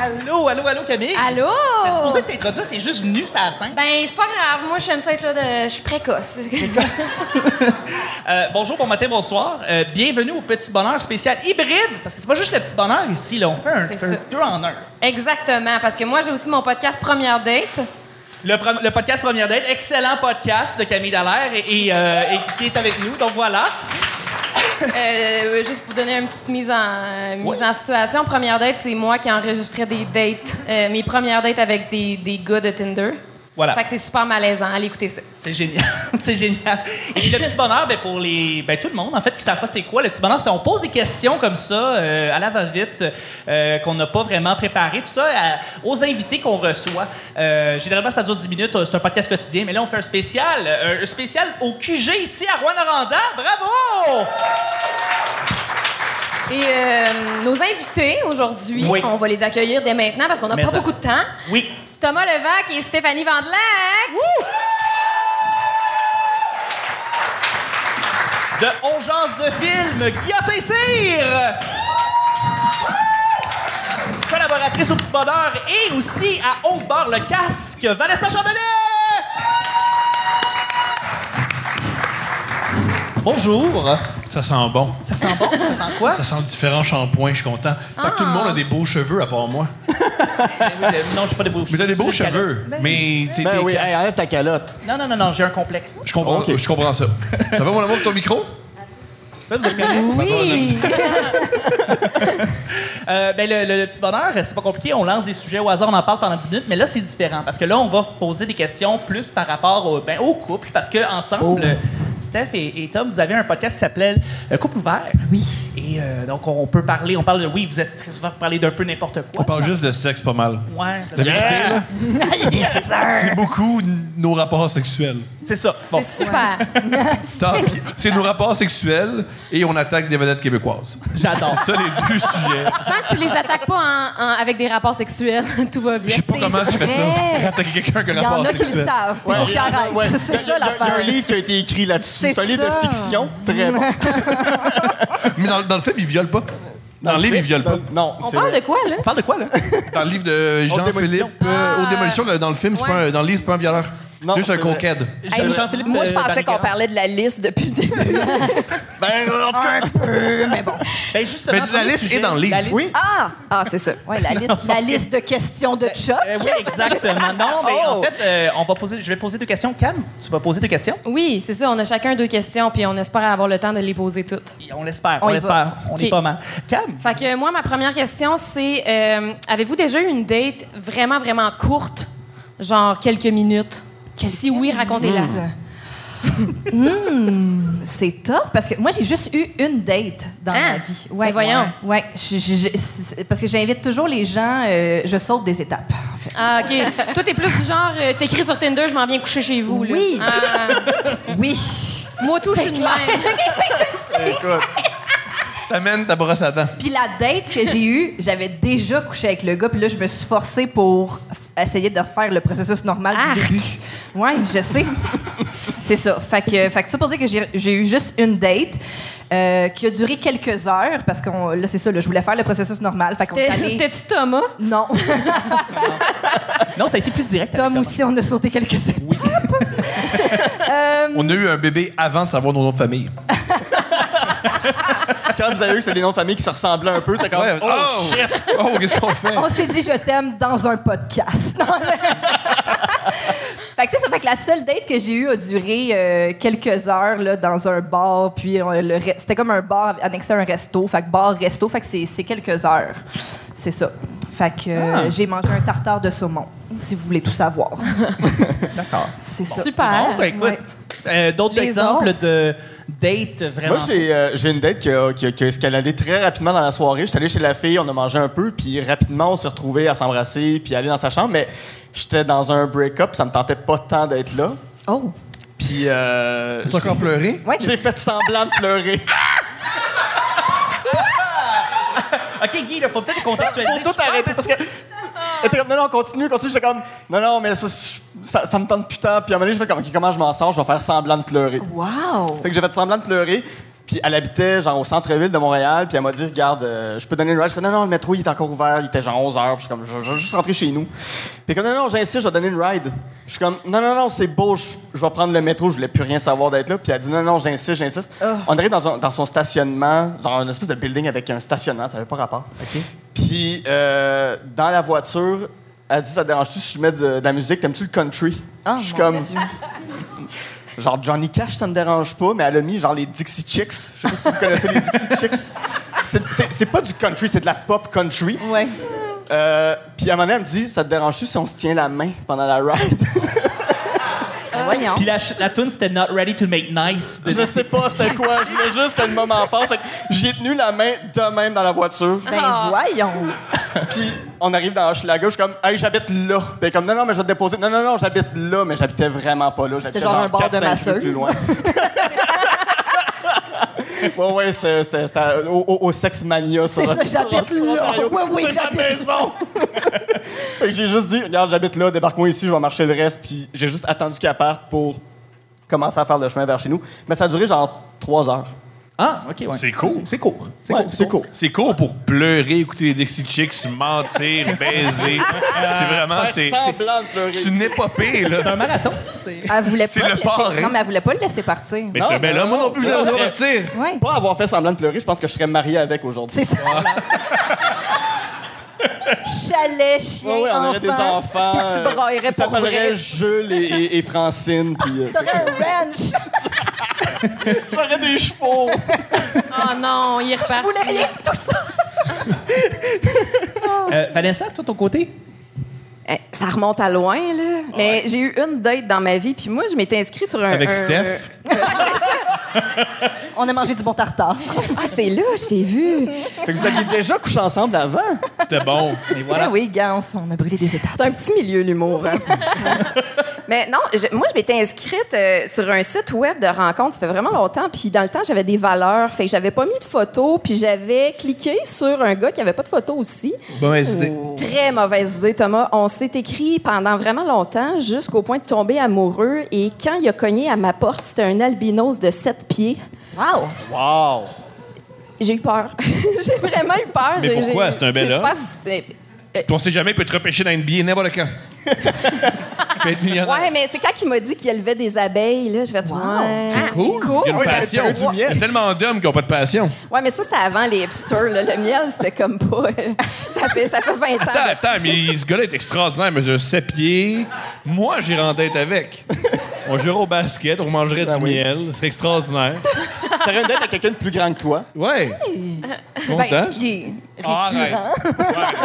allô, allô, Camille? Allô? T'es supposé t'introduire, t'es juste venue sur la scène. Ben, c'est pas grave. Moi, j'aime ça être là de. Je suis précoce. Ben. Euh, bonjour, bon matin, bonsoir. Euh, bienvenue au Petit Bonheur spécial hybride, parce que c'est pas juste le Petit Bonheur ici, là. On fait un, C'est fait un ça. deux en un. Exactement, parce que moi, j'ai aussi mon podcast Première Date. Le, pre- le podcast Première Date, excellent podcast de Camille Dallaire et, et, euh, et qui est avec nous. Donc voilà. Euh, juste pour donner une petite mise en, euh, mise Oui. en situation, Première Date, c'est moi qui enregistrais des dates, euh, mes premières dates avec des, des gars de Tinder. Voilà. Fait que c'est super malaisant. Allez écouter ça. C'est génial, c'est génial. Et le petit bonheur, ben pour les, ben tout le monde en fait qui savent pas c'est quoi le petit bonheur, c'est on pose des questions comme ça euh, à la va vite qu'on n'a pas vraiment préparé tout ça à- aux invités qu'on reçoit. Euh, généralement ça dure 10 minutes, euh, c'est un podcast quotidien, mais là on fait un spécial, euh, un spécial au QG ici à Rouen-Noranda. Bravo! Et euh, nos invités aujourd'hui, Oui. on va les accueillir dès maintenant parce qu'on n'a Mais pas ça- beaucoup de temps. Oui. Thomas Levac et Stéphanie Vandelac. De Ongeance de film, Guilla Saint-Cyr! Collaboratrice au Petit Bonheur et aussi à 11 bars le casque, Vanessa Chardonnay! Bonjour! Ça sent bon. Ça sent bon? Ça sent quoi? Ça sent différents shampoings, je suis content. C'est pas que tout le monde a des beaux cheveux à part moi. non, j'ai pas des beaux cheveux. Mais t'as des beaux J'ai une cheveux. calotte. Mais t'es. Ben t'es- oui, hey, enlève ta calotte. Non, non, non, non, j'ai un complexe. Je comprends, Ok. je comprends ça. Ça va, mon amour, ton micro? Ça, vous êtes correct? Oui! Euh, ben, le, le- le petit bonheur, c'est pas compliqué. On lance des sujets au hasard, on en parle pendant 10 minutes, mais là, c'est différent parce que là, on va poser des questions plus par rapport au, ben, au couple parce que ensemble, euh, Steph et, et Tom, vous avez un podcast qui s'appelle euh, Couple ouvert. Oui. Et euh, donc, on peut parler, on parle de oui, vous êtes très souvent, vous parlez d'un peu n'importe quoi. On parle juste de sexe pas mal. Ouais, de- La vérité, là, c'est beaucoup n- nos rapports sexuels. c'est ça. Bon. C'est super. Tant pis. C'est nos rapports sexuels et on attaque des vedettes québécoises. J'adore. C'est ça les deux sujets. Tant que tu les attaques pas en- en- avec des rapports sexuels, tout va Je bien. sais pas comment tu fais ça. vrai. Attaquer quelqu'un avec un Il y en rapport a qui le sexuel. savent. puis faut qu'ils arrêtent. Il y a- C'est il y a- ça Il y a un l'affaire. livre qui a été écrit là-dessus. C'est C'est un livre de ça. fiction. Très bon. Mais dans, dans le film, il viole pas. Dans, le livre, il viole pas. Dans- Non. On c'est parle vrai. de quoi, là? On parle de quoi, là? Dans le livre de Démolition. Jean-Philippe, euh, Ah, aux démolitions, le- dans le film, c'est ouais. pas un- dans le livre, c'est pas un violeur. Non, C'est juste un c'est vrai. conquête. Hey, Jean-Philippe, moi, je euh, pensais qu'on Barricade. parlait de la liste depuis le début. Ben, en tout cas, Ben, justement, Mais la premier liste est sujet, dans le livre. la liste- Oui. Ah! Ah, c'est ça. Ouais, la, liste, la liste de questions de Chuck. Euh, oui, exactement. Non, mais en Oh. fait, euh, on va poser, je vais poser deux questions. Cam, tu vas poser deux questions? Oui, c'est ça. On a chacun deux questions, puis on espère avoir le temps de les poser toutes. Et On l'espère, on, On y va. l'espère. On Ok. est pas mal. Cam, Fait que moi, ma première question, c'est euh, avez-vous déjà eu une date vraiment, vraiment courte, genre quelques minutes? si oui, racontez-la. C'est tough parce que moi, j'ai juste eu une date dans Hein? ma vie. Mais voyons. Ouais. ouais. Je- je- je- c'est- parce que j'invite toujours les gens, euh, je saute des étapes. en fait. Ah, OK. Toi, t'es plus du genre, euh, t'écris sur Tinder, je m'en viens coucher chez vous. là. Oui. Ah, Oui. moi, tout, je suis une même. T'amènes ta brosse à dents. Puis la date que j'ai eue, j'avais déjà couché avec le gars, puis là, je me suis forcée pour f- essayer de refaire le processus normal Arc. du début. Ouais, je sais. C'est ça. Fait que, fait que ça pour dire que j'ai j'ai eu juste une date. euh, qui a duré quelques heures parce que là c'est ça là, je voulais faire le processus normal fait qu'on est allé- C'était-tu Thomas? non non, ça a été plus direct. Tom avec aussi on a sauté quelques étapes Euh, On a eu un bébé avant de savoir nos noms de famille. quand vous avez vu que c'était des noms de famille qui se ressemblaient un peu, c'était comme. Ouais. Oh, Oh! shit! Oh, qu'est-ce qu'on fait? on s'est dit je t'aime dans un podcast. Non, mais- fait que c'est ça, fait que la seule date que j'ai eue a duré euh, quelques heures là, dans un bar, puis on- le re- c'était comme un bar annexé à un resto, fait que bar-resto, fait que c'est c'est quelques heures. C'est ça. Fait que euh, j'ai mangé un tartare de saumon, si vous voulez tout savoir. D'accord. C'est ça. Super. Bon, ben, écoute, Ouais. euh, d'autres Les exemples de dates vraiment. Moi, j'ai euh, j'ai une date qui a, qui a- qui a escaladé très rapidement dans la soirée. J'étais allé chez la fille, on a mangé un peu, puis rapidement, on s'est retrouvés à s'embrasser, puis aller dans sa chambre. Mais j'étais dans un break-up, ça me tentait pas tant d'être là. Oh! Puis. euh, T'as encore pleuré? Ouais. j'ai fait semblant de pleurer. Ok, Guy, il faut peut-être contextualiser. pour tout arrêter parce que. Elle était comme, non, non, continue, continue. J'étais comme, non, non, mais ça, ça- ça me tente plus tant. Puis à un moment donné, je fais comme, OK, comment je m'en sors? Je vais faire semblant de pleurer. Wow! Fait que j'ai fait semblant de pleurer. Puis elle habitait genre au centre-ville de Montréal, puis elle m'a dit Regarde, euh, je peux donner une ride. Je suis comme Non, non, le métro, il est encore ouvert, il était genre 11h. Puis je suis comme Je je vais juste rentrer chez nous. Puis comme Non, non, j'insiste, je vais donner une ride. Je suis comme Non, non, non, c'est beau, je, je vais prendre le métro, je voulais plus rien savoir d'être là. Puis elle dit Non, non, j'insiste, j'insiste. Oh. On arrive dans, un- dans son stationnement, dans une espèce de building avec un stationnement, ça n'avait pas rapport. Puis euh, dans la voiture, elle dit Ça te dérange-tu si je mets de, de la musique T'aimes-tu le country Ah, Je suis mon comme Dieu. Genre Johnny Cash, ça me dérange pas, mais elle a mis genre les Dixie Chicks. Je sais pas si vous connaissez les Dixie Chicks. C'est- C'est c'est pas du country, c'est de la pop country. Ouais. Euh, Puis à un moment donné, elle me dit Ça te dérange-tu si on se tient la main pendant la ride Ben, voyons. Puis la, ch- la tune c'était Not Ready to Make Nice. de- Je sais pas c'était quoi, je voulais juste que le moment passe. Fait que J'y ai tenu la main de même dans la voiture. Ben voyons. Puis on arrive dans Hochelaga, je suis comme Hey, j'habite là. Puis elle est comme Non, non, mais je vais te déposer. Non, non, non, j'habite là, mais j'habitais vraiment pas là. J'habitais genre un bar de 4-5 rues masseuse. plus loin. ouais, ouais, c'était c'était- c'était au, au, au Sex Mania. sur- C'est ça, sur- j'habite sur là. Ontario. Ouais, oui, C'est ma j'habite là. maison. fait que j'ai juste dit Regarde, j'habite là, débarque-moi ici, je vais marcher le reste. Puis j'ai juste attendu qu'elle parte pour commencer à faire le chemin vers chez nous. Mais ça a duré genre trois heures. Ah, ok, ouais. C'est court. C'est court. C'est Ouais, court. c'est court. C'est court pour pleurer, écouter les Dixie Chicks, mentir, baiser. c'est vraiment. Ah, C'est semblant de pleurer. c'est une épopée, C'est là. un marathon. C'est. Elle voulait pas le laisser... parrain. Non, mais elle voulait pas le laisser partir. Mais c'est un bel homme. Moi non plus, je voulais Ouais. repartir. Ouais. Pas avoir fait semblant de pleurer, je pense que je serais marié avec aujourd'hui. C'est ça. Chalet, Ah. chien, Ouais, ouais, on enfant. aurait des enfants. euh, Puis tu braillerais ça pour vrai. s'appellerait Jules et, et- et Francine. Puis euh, T'aurais un ranch. j'aurais des chevaux. Oh non, il Je repart. voulais rien de tout ça. Euh, Vanessa, toi, ton côté? Eh, Ça remonte à loin, là. Mais j'ai eu une date dans ma vie, puis moi, je m'étais inscrite sur un. Avec un- Steph. On a mangé du bon tartare. Ah, c'est là, je t'ai vu. fait que vous aviez déjà couché ensemble avant. C'était bon. Et voilà. Ben oui, gars, on, on a brûlé des étapes. C'est un petit milieu, l'humour. hein. Mais non, je- moi, je m'étais inscrite euh, sur un site web de rencontre, ça fait vraiment longtemps. Puis dans le temps, j'avais des valeurs. Fait que j'avais pas mis de photo, puis j'avais cliqué sur un gars qui avait pas de photo aussi. Mauvaise idée. Très mauvaise idée, Thomas. On s'est écrit pendant vraiment longtemps jusqu'au point de tomber amoureux. Et quand il a cogné à ma porte, c'était un albinos de 7 pieds. Wow! Wow. J'ai eu peur. j'ai vraiment eu peur. Mais J'ai- pourquoi? j'ai- C'est un bel super- homme. c'est- Puis on sait jamais, il peut te repêcher dans NBA n'importe quand. Il peut être millionnaire. Ouais, mais c'est quand il m'a dit qu'il élevait des abeilles, là, je vais te ouais. Ah, Ah, C'est cool. Il y a une t'as- passion. t'as eu du Il y a miel. tellement d'hommes qui n'ont pas de passion. Ouais, mais ça, c'était avant les hipsters, là. Le miel, c'était comme pas. euh, ça, fait, ça fait 20 Attends, ans. attends, mais ce gars-là est extraordinaire. Il mesure 7 pieds. Moi, j'irai en date avec. On jouerait au basket, on mangerait Ben du miel. C'est extraordinaire. T'aurais une date avec quelqu'un de plus grand que toi. Ouais. Content. Ben, ce qui est Ah, récurrent. arrête.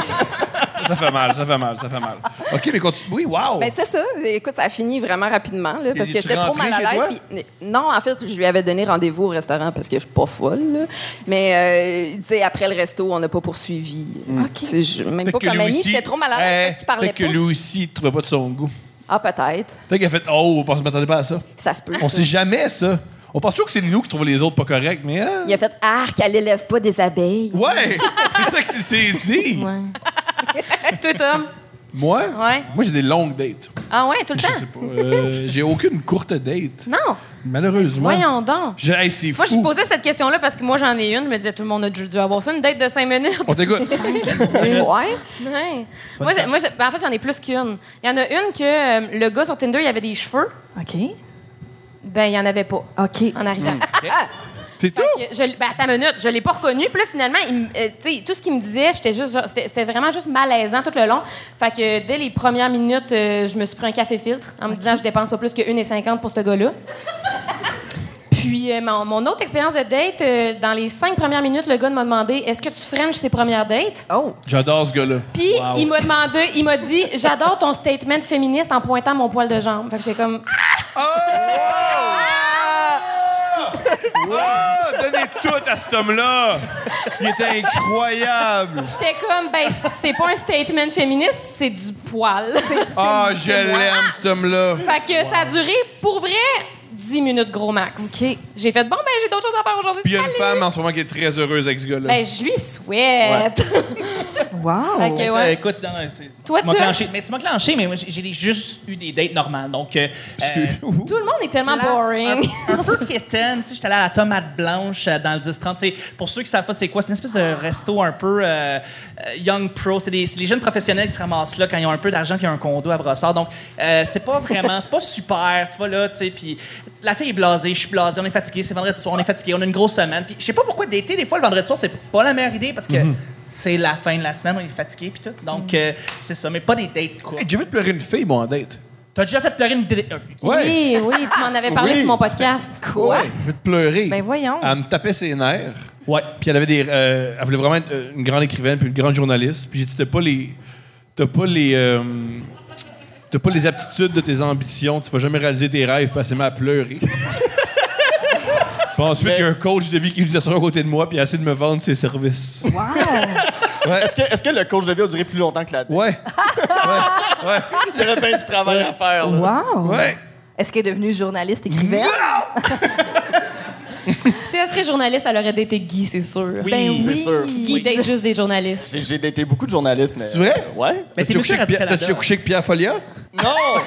Ça fait mal, ça fait mal, ça fait mal. OK, mais continue. Oui, wow. Mais ben, c'est ça. Écoute, ça a fini vraiment rapidement, là, parce Et que es-tu j'étais trop rentrée mal à chez toi? l'aise. puis- Non, en fait, je lui avais donné rendez-vous au restaurant parce que je suis pas folle, là. Mais, euh, tu sais, après le resto, on n'a pas poursuivi. Tu sais, je- Même Peut-être pas que comme lui amie, aussi- j'étais trop mal à l'aise Eh, parce qu'il parlait Peut-être que pas. lui aussi, il trouvait pas de son goût. Ah, peut-être. Peut-être qu'il a fait Oh, on ne m'attendait pas à ça. Ça se peut. On ça. sait jamais ça. On pense toujours que c'est nous qui trouvons les autres pas corrects, mais. hein? Il a fait Arc, elle élève pas des abeilles. Ouais! c'est ça qu'il s'est dit! Toi, Tom? Moi? Ouais. Moi, j'ai des longues dates. Ah ouais, tout le Je sais temps? pas. Euh, j'ai aucune courte date. Non. Malheureusement. Voyons donc. Je- hey, c'est Moi, je fou. posais cette question-là parce que moi, j'en ai une. Je me disais, tout le monde a dû dû avoir ça, une date de cinq minutes. On t'écoute. ouais. Ouais. Moi, j'ai- moi, j'ai- ben, en fait, j'en ai plus qu'une. Il y en a une que euh, le gars sur Tinder, il avait des cheveux. OK. Ben, il n'y en avait pas OK. en arrivant. C'est tout? Fait que je, l- ben, attends une minute, je l'ai pas reconnu. Puis là, finalement, il m- euh, tu sais, tout ce qu'il me disait, j'étais juste, genre- c'était c'était vraiment juste malaisant tout le long. Fait que euh, dès les premières minutes, euh, je me suis pris un café filtre en me disant je dépense pas plus que 1,50 pour ce gars-là. Puis euh, mon, mon autre expérience de date, euh, dans les cinq premières minutes, le gars m'a demandé est-ce que tu French ses premières dates Oh! J'adore ce gars-là. Puis il m'a demandé, il m'a dit j'adore ton statement féministe en pointant mon poil de jambe. Fait que j'étais comme Oh! Donnez tout à cet homme-là! Il était incroyable! j'étais comme ben c'est pas un statement féministe, c'est du poil. Ah, je l'aime, cet homme-là! Fait que ça a duré, pour vrai, 10 minutes gros max. OK. J'ai fait, bon, ben, j'ai d'autres choses à faire aujourd'hui. Puis il y a une Salut! femme en ce moment qui est très heureuse avec ce gars-là. Ben, je lui souhaite. Wow! Fait que, ouais. Euh, écoute, non, non, c'est- c'est- Toi, tu m'as tu as- clenché. Mais tu m'as clenché, mais moi, j'ai j'ai juste eu des dates normales. Donc, euh, euh, Tout le monde est tellement boring. Un, un peu quétaine. Tu sais, j'étais allée à la tomate blanche euh, dans le 10-30. C'est- Pour ceux qui savent pas c'est quoi, c'est une espèce de resto un peu euh, euh, young pro. C'est des, c'est des jeunes professionnels qui se ramassent là quand ils ont un peu d'argent puis ils ont un condo à brossard. Donc, euh, c'est pas vraiment, c'est pas super. Tu vois là, tu sais, puis la fille est blasée, je suis blasée, on est fatigué, c'est vendredi soir, on est fatigué, on a une grosse semaine. Puis je sais pas pourquoi d'été, des fois, le vendredi soir, c'est pas la meilleure idée parce que Mm-hmm. c'est la fin de la semaine, on est fatigué puis tout. Donc, euh, c'est ça, mais pas des dates courtes. Hey, J'ai vu pleurer une fille, moi, en date. T'as déjà fait pleurer une euh, date. Ouais. Oui, oui, tu m'en avais parlé Oui. sur mon podcast. Ouais, J'ai vu te pleurer. Ben voyons. Elle me tapait ses nerfs. Ouais. Puis elle avait des. euh, elle voulait vraiment être euh, une grande écrivaine puis une grande journaliste. Puis j'ai dit, t'as pas les. T'as pas les. euh, t'as pas les aptitudes de tes ambitions. Tu vas jamais réaliser tes rêves. Puis elle s'est mise à pleurer. puis ensuite, il y a un coach de vie qui est assis à côté de moi. Puis elle a essayé de me vendre ses services. Wow! Est-ce que, est-ce que le coach de vie a duré plus longtemps que la date? Ouais. Il y aurait bien du travail à faire. là. Wow! Ouais. Est-ce qu'elle est devenue journaliste écrivaine? Si elle serait journaliste, elle aurait daté Guy, c'est sûr. Oui. ben oui! c'est sûr. Guy date juste des journalistes. J'ai, j'ai daté beaucoup de journalistes, mais. Euh, C'est vrai? Ouais. Mais t'es T'as-tu couché monsieur avec Pierre- Radio-Canada. T'as-tu couché avec Pierre Folia? Non!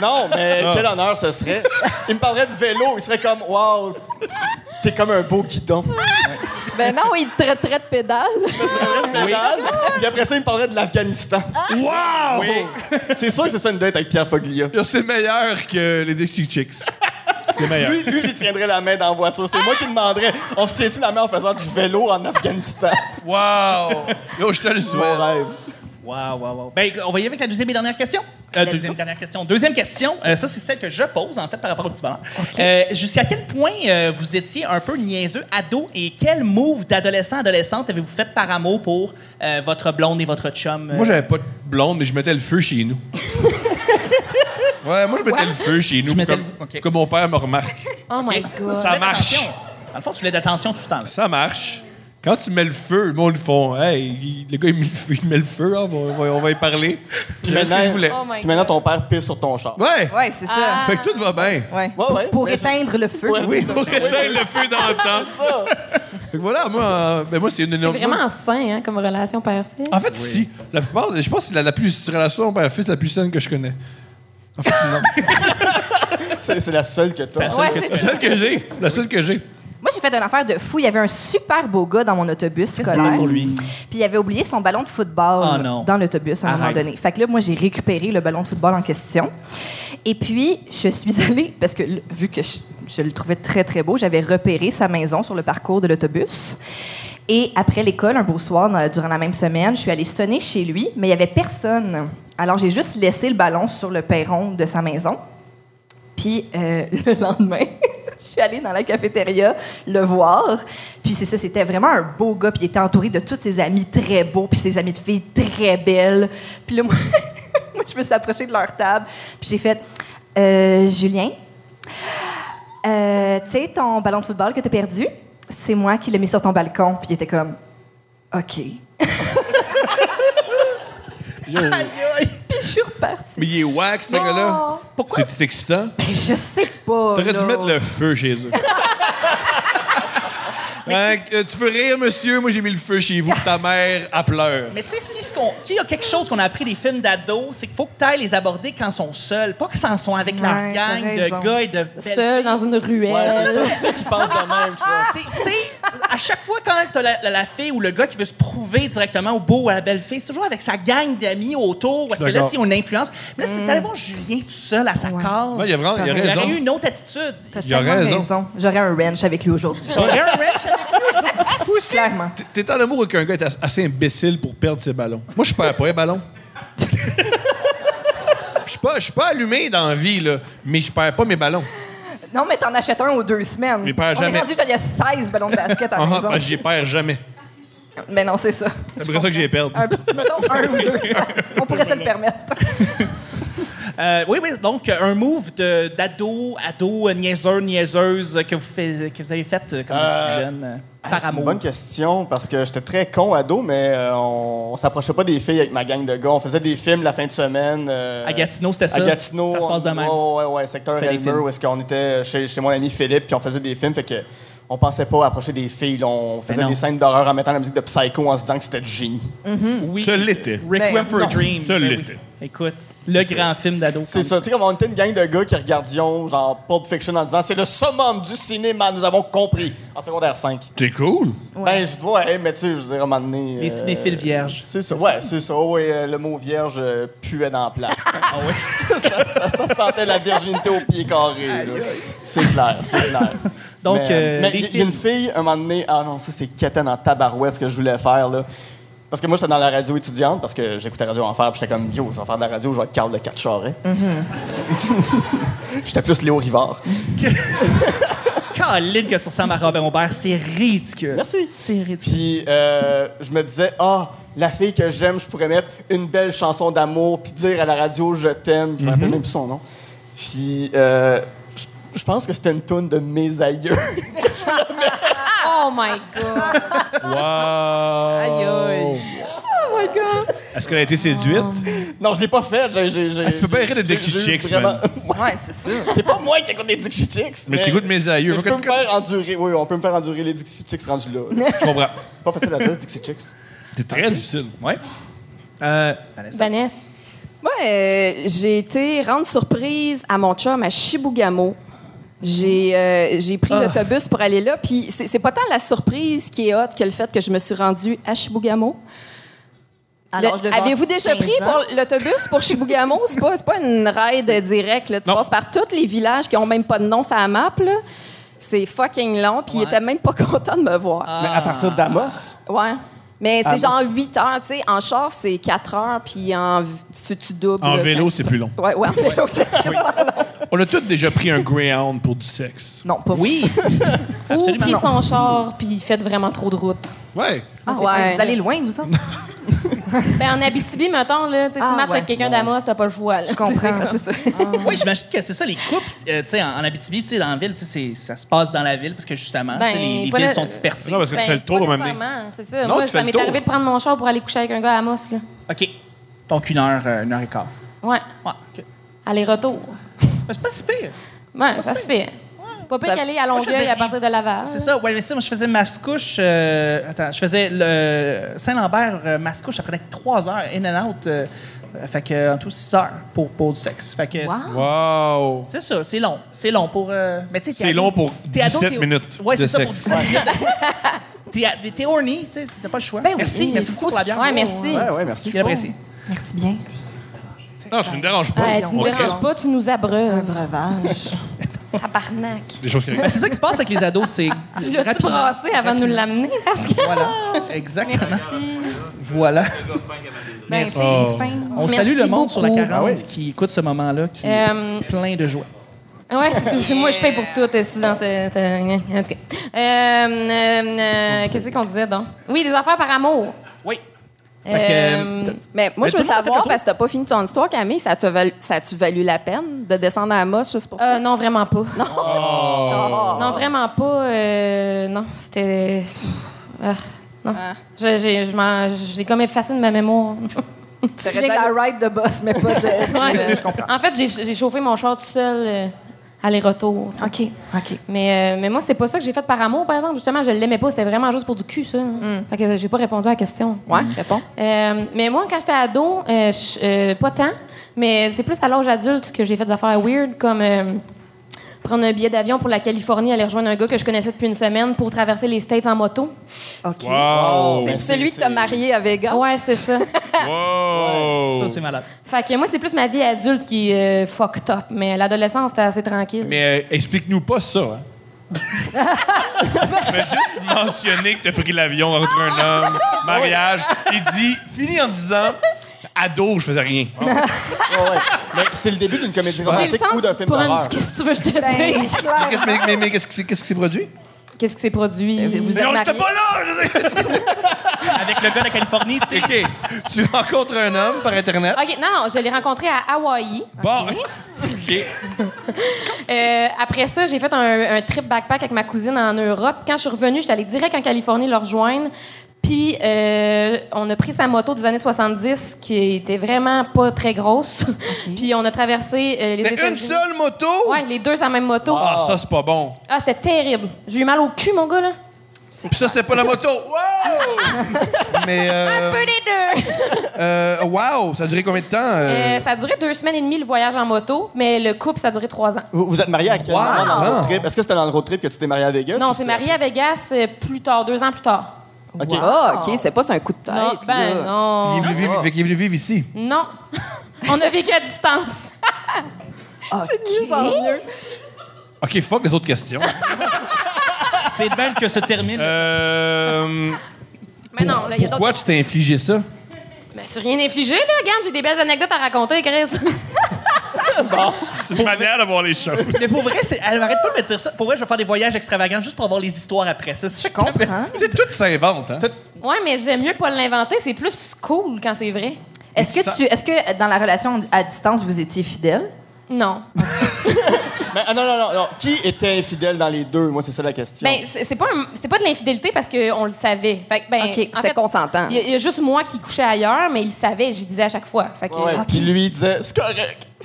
non, mais quel honneur ce serait. Il me parlerait de vélo, il serait comme, wow, t'es comme un beau guidon. Ben non, il te traiterait de pédale. Pédale. Puis après ça, il me parlerait de l'Afghanistan. Wow! C'est sûr que c'est ça une date avec Pierre Foglia. C'est meilleur que les Dixie Chicks. C'est meilleur. Lui, lui j'y tiendrais la main dans la voiture. C'est moi qui demanderais, on se tient-tu la main en faisant du vélo en Afghanistan? Wow! Yo, je te le Mon souhaite. rêve. Wow, wow, wow. Ben, on va y aller avec la deuxième et dernière question. Euh, Let's deuxième go. et dernière question. Deuxième question, euh, ça, c'est celle que je pose, en fait, par rapport au petit bonheur. Euh, Jusqu'à quel point euh, vous étiez un peu niaiseux, ado, et quel move d'adolescent-adolescente avez-vous fait par amour pour euh, votre blonde et votre chum? euh? Moi, j'avais pas de blonde, mais je mettais le feu chez nous. ouais, moi, je mettais le feu chez nous. mettais comme, le- ok. comme mon père me remarque. Oh my God. Tu voulais marche. d'attention. Dans le fond, tu voulais d'attention tout ce temps-là. Ça marche. Quand tu mets le feu, le monde le font. Hey, il- le gars, il met le feu, il met le feu, hein, on, va, on va y parler. J'avais ce que je voulais. Oh my Puis maintenant, ton père pisse sur ton char. Ouais. Ouais, c'est ça. Fait que tout va bien. Ouais. Ouais, ouais. Pour Mais éteindre le feu. Oui, pour éteindre le feu dans le temps. ça. Fait que voilà, moi, euh, ben moi c'est une C'est énorme. vraiment sain, hein, comme relation parfaite. En fait, si. La plupart, je pense que c'est la, la plus relation père-fils la plus saine que je connais. En fait, non. C'est, c'est la seule que t'as. Ouais, c'est la ça. seule que j'ai. La seule que j'ai. Moi, j'ai fait une affaire de fou. Il y avait un super beau gars dans mon autobus scolaire. pour lui? Puis il avait oublié son ballon de football Ah, non. dans l'autobus à un moment Arrête. donné. Fait que là, moi, j'ai récupéré le ballon de football en question. Et puis, je suis allée, parce que l- vu que je, je le trouvais très, très beau, j'avais repéré sa maison sur le parcours de l'autobus. Et après l'école, un beau soir, dans- durant la même semaine, je suis allée sonner chez lui, mais il n'y avait personne. Alors, j'ai juste laissé le ballon sur le perron de sa maison. Puis euh, le lendemain, je suis allée dans la cafétéria le voir. Puis c'est ça, c'était vraiment un beau gars. Puis il était entouré de tous ses amis très beaux, puis ses amis de filles très belles. Puis là, moi, moi, je me suis approchée de leur table. Puis j'ai fait Euh, Julien, euh, tu sais, ton ballon de football que t'as perdu, c'est moi qui l'ai mis sur ton balcon. Puis il était comme OK. Puis je suis repartie. Mais il est wack, ce gars-là. Pourquoi? C'est excitant. Je sais pas. T'aurais dû là. mettre le feu chez eux. Hein, euh, tu... veux rire, monsieur? Moi, j'ai mis le feu chez vous. Ta mère, à pleure. Mais tu sais, si ce qu'on- s'il y a quelque chose qu'on a appris des films d'ados, c'est qu'il faut que tu les aborder quand ils sont seuls, pas quand ils sont avec Ouais, leur t'as gang raison. de gars et de belles Seul dans une ruelle. Ouais, c'est ça. C'est ceux qui pensent de même, tu vois. Ah, C'est- Tu sais, à chaque fois quand t'as la, la- la fille ou le gars qui veut se prouver directement au beau ou à la belle fille, c'est toujours avec sa gang d'amis autour. Parce que là, D'accord. tu sais, ils ont une influence. Mais là, c'est d'aller voir Julien tout seul à sa case. Ouais, il y a vraiment- il y a Il raison. aurait eu une autre attitude. T'as Il a tellement raison. J'aurais un wrench avec lui aujourd'hui. Il aurait un wrench avec- Clairement. T- T'es en amour avec un gars qui est as- assez imbécile pour perdre ses ballons. Moi, je perds pas les ballons. Je suis pas, je suis pas allumé dans la vie, là, mais je perds pas mes ballons. Non, mais t'en achètes un ou deux semaines. Mais pas On jamais. est rendu, qu'il y a 16 ballons de basket à la Ah, maison. ah, J'y perds jamais. Mais non, c'est ça. C'est pour ça que j'y perds. Un petit, mettons, un ou deux. On pourrait se le permettre. Euh, oui, oui, donc euh, un move de- d'ado, ado, euh, niaiseur, niaiseuse euh, que vous, fais- que vous avez fait euh, quand vous étiez plus jeune. Ah, par c'est une amour? bonne question, parce que j'étais très con ado, mais euh, on, on s'approchait pas des filles avec ma gang de gars. On faisait des films la fin de semaine. euh, À Gatineau, c'était ça? À Gatineau. Ça se passe de on- même. Ouais, ouais, ouais, secteur Fait des Elmer, films. où est-ce qu'on était chez, chez mon ami Philippe, puis on faisait des films, fait que on pensait pas approcher des filles. là. on faisait non. Ah, des scènes d'horreur en mettant la musique de Psycho en se disant que c'était du génie. Oui. Ça l'était. Requiem Ben, for a Dream. Ça Ben oui. l'était. Écoute, le grand film d'ado. C'est ça, tu sais, comme on était une gang de gars qui regardions genre Pulp Fiction en disant c'est le summum du cinéma, nous avons compris. En secondaire 5. T'es cool. Ben, je vois, hey, mais tu sais, je veux dire, à un moment donné. Les euh, cinéphiles vierges. C'est ça, ouais, c'est ça. Oh, et, euh, le mot vierge euh, puait dans la place. Ah oui. ça, ça- ça sentait la virginité au pied carré. là. C'est clair, c'est clair. Donc, mais euh, mais les il y- il y, a films. une fille, un moment donné, ah non, ça c'est quétaine en tabarouette ce que je voulais faire. là. Parce que moi, j'étais dans la radio étudiante, parce que j'écoutais Radio Enfer, puis j'étais comme, yo, je vais faire de la radio, je vais être Carl de Quatre-Charrets. j'étais plus Léo Rivard. Caroline que ça ressemble à Robin Aubert, c'est ridicule. Merci. C'est ridicule. Puis euh, je me disais, ah, la fille que j'aime, je pourrais mettre une belle chanson d'amour, puis dire à la radio, je t'aime. Je me Mhm. rappelle même plus son nom. Puis euh, je- je pense que c'était une toune de mes aïeux. Oh my God! Wow. Aïe, aïe. Est-ce qu'elle a été séduite? non, je l'ai pas faite. J'ai, j'ai, j'ai- Ah, tu peux pas j'ai- écrire des Dixie j'ai- j'ai Chicks, man. Ouais, c'est sûr. C'est pas moi qui écoute des Dixie Chicks. Mais t'écoutes mes aïeux. mais je peux me Quand- faire endurer. Oui, on peut me faire endurer les Dixie Chicks rendus là. Je comprends. pas facile à dire, Dixie Chicks. T'es très difficile. Ouais. Euh, Vanessa. Vanessa. Moi, euh, j'ai été rendre surprise à mon chum à Chibougamau. J'ai euh, j'ai pris l'autobus pour aller là, puis c'est c'est pas tant la surprise qui est haute que le fait que je me suis rendue à Chibougamau. Alors, Le- je devais avoir Avez-vous déjà 15 pris ans. pour l'autobus pour Chibougamau? C'est pas, c'est pas une ride directe. là. Tu Non. passes par tous les villages qui ont même pas de nom sur la map. là. C'est fucking long, puis il était même pas content de me voir. Mais à partir d'Amos, Ouais. Mais c'est Ah, genre moi, 8 heures, tu sais. En char, c'est 4 heures, puis en, v- tu, tu doubles. En là, vélo, quand- c'est plus long. Ouais, ouais, en vélo, c'est vraiment long. On a tous déjà pris un Greyhound pour du sexe. Non, pas Oui. Ou Absolument. pris son char puis faites vraiment trop de route. Ouais. Ah, c'est Ouais. pas- Vous allez loin, vous autres? Ben, en Abitibi, mettons, là, tu sais, tu Ah, matches ouais. avec quelqu'un d'Amos, t'as pas le choix. là. Je comprends. C'est ça. Oui, j'imagine que c'est ça, les couples, euh, tu sais, en, en Abitibi, tu sais, dans la ville, tu sais, c'est- ça se passe dans la ville, parce que justement, tu sais, Ben, les, les pas villes la- sont dispersées. Non, parce que tu fais le tour de Ben, pas m'amener. nécessairement, C'est ça. Non, Moi, tu fais ça le m'est tour. arrivé de prendre mon char pour aller coucher avec un gars à Amos, là. OK. Donc, une heure, euh, une heure et quart. Ouais. Ouais, OK. Aller-retour. Mais c'est pas si pire. Ouais, ça se fait. Pas pire Ça- qu'aller à Moi, je faisais Longueuil à rien. partir de Laval. C'est ça. Ouais, mais ça, moi, je faisais Mascouche. euh, attends, je faisais le Saint-Lambert euh, Mascouche. Ça prenait trois heures in and out. euh, euh, fait que, euh, en tout, six heures pour, pour du sexe. Fait que, c'est- Wow. c'est ça. C'est long. C'est long pour. euh, mais tu sais, t'es C'est ado- long pour t'es ado, 17 t'es- minutes Ouais, de c'est ça pour 17 sexe. minutes. T'es a- T'es horny, tu sais, t'as pas le choix. Ben oui, merci, il merci faut beaucoup pour la bière. Ouais, merci. Ah ouais, ouais, merci. Bien apprécié. Merci bien. Non, tu ne déranges pas. Ouais, tu On nous crée déranges pas, tu nous abreuves. Breuvage. Tabarnak. Des choses qui Ben, c'est ça qui se passe avec les ados, c'est Tu l'as-tu rapidement. brassé avant de nous l'amener? Parce que... Voilà, exactement. Voilà. Ben, c'est Oh. fin. On Merci salue le monde sur la beaucoup. 40 Ah qui écoute ce moment-là, qui Euh, est plein de joie. Ouais, c'est tout. C'est moi, je paye pour tout. euh, c'est dans cette- euh, en tout cas. Euh, euh, euh, Qu'est-ce qu'on disait donc? Oui, des affaires par amour. Oui. Fait Euh, que, Mais moi, Mais je tout le monde a fait veux le savoir, tour. parce que t'as pas fini ton histoire, Camille, ça a-tu valu, ça a-tu valu la peine de descendre à Amos juste pour ça? Ah, euh, non, vraiment pas. Non, non vraiment pas. euh, non, c'était. Ah, non. Je, j'ai- je m'en- je l'ai comme effacé de ma mémoire. Je viens de la ride de boss, mais pas de. Ouais. en fait, j'ai- j'ai chauffé mon char tout seul, euh, aller-retour. tu sais. OK, OK. Mais, euh, mais moi, c'est pas ça que j'ai fait par amour, par exemple. Justement, je l'aimais pas. C'était vraiment juste pour du cul, ça. Fait que j'ai pas répondu à la question. ouais, réponds. Euh, mais moi, quand j'étais ado, euh, je- euh, pas tant, mais c'est plus à l'âge adulte que j'ai fait des affaires weird, comme euh, prendre un billet d'avion pour la Californie, aller rejoindre un gars que je connaissais depuis une semaine pour traverser les States en moto. OK. Wow. C'est celui que t'as marié à Vegas. Ouais, c'est ça. Euh, Wow. Ça, c'est malade. fait que moi, c'est plus ma vie adulte qui est euh, fucked up, mais l'adolescence, c'était assez tranquille. Mais euh, explique-nous pas ça. Hein. Mais juste mentionner que t'as pris l'avion entre un homme, mariage. Il dit, fini en disant, ado, je faisais rien. Ouais, ouais. Mais c'est le début d'une comédie J'ai le romantique ou sens d'un du film d'horreur. punch. Qu'est-ce que tu veux que je te Ben, dise? c'est clair. Qu'est-ce- mais mais- mais qu'est-ce qui s'est qu'est-ce qui s'est produit? Qu'est-ce qui s'est produit? Vous Mais êtes non, j'étais mariés. pas là! je sais. Avec le gars de Californie, tu sais. Oh. OK. Tu rencontres un homme par Internet. Ah, OK, non, non, je l'ai rencontré à Hawaï. Bon, Euh, après ça, j'ai fait un, un trip backpack avec ma cousine en Europe. Quand je suis revenue, j'étais allée direct en Californie leur rejoindre. Puis, euh, on a pris sa moto des années 70 qui était vraiment pas très grosse. Puis, on a traversé euh, les C'était une États-Unis. seule moto? Ouais, les deux sur la même moto. Ah, ça, c'est pas bon. Ah, c'était terrible. J'ai eu mal au cul, mon gars, là. Puis ça, c'était pas la moto. Wow! Mais, euh, Peu des deux! euh, wow, ça a duré combien de temps? euh? Euh, ça a duré deux semaines et demie, le voyage en moto, mais le couple, ça a duré trois ans. Vous, vous êtes marié à quel Wow! moment dans le road trip? Est-ce que c'était dans le road trip que tu t'es marié à Vegas? Non, ou on s'est c'est- marié à Vegas euh, plus tard, deux ans plus tard. OK. Ah, OK, c'est pas c'est un coup de tête. non, ben là. non. Il est venu vivre- fait qu'il est venu vivre ici. Non. on a vécu à distance. OK, fuck les autres questions. C'est de même que se termine. Euh, Mais non, là, il y a pourquoi d'autres. tu t'es infligé ça? Mais c'est rien infligé, là, regarde, j'ai des belles anecdotes à raconter, Chris. C'est une manière de voir les choses. Mais pour vrai, c'est- elle m'arrête pas de me dire ça. Pour vrai, je vais faire des voyages extravagants juste pour avoir les histoires après. C'est ça que- Tu sais, tout s'invente, hein? ouais, mais j'aime mieux pas l'inventer, c'est plus cool quand c'est vrai. Est-ce que, tu, est-ce que dans la relation à distance, vous étiez fidèle? Non. Mais, ah, non, non, non, non. Qui était infidèle dans les deux? Moi, c'est ça la question. Ben, c'est c'est pas, un- c'est pas de l'infidélité parce qu'on le savait. Fait que, ben, OK, en c'était fait, consentant. Il y, a- il y a juste moi qui couchais ailleurs, mais il le savait, j'y disais à chaque fois. Fait que, Ouais, Puis lui, il disait, c'est correct.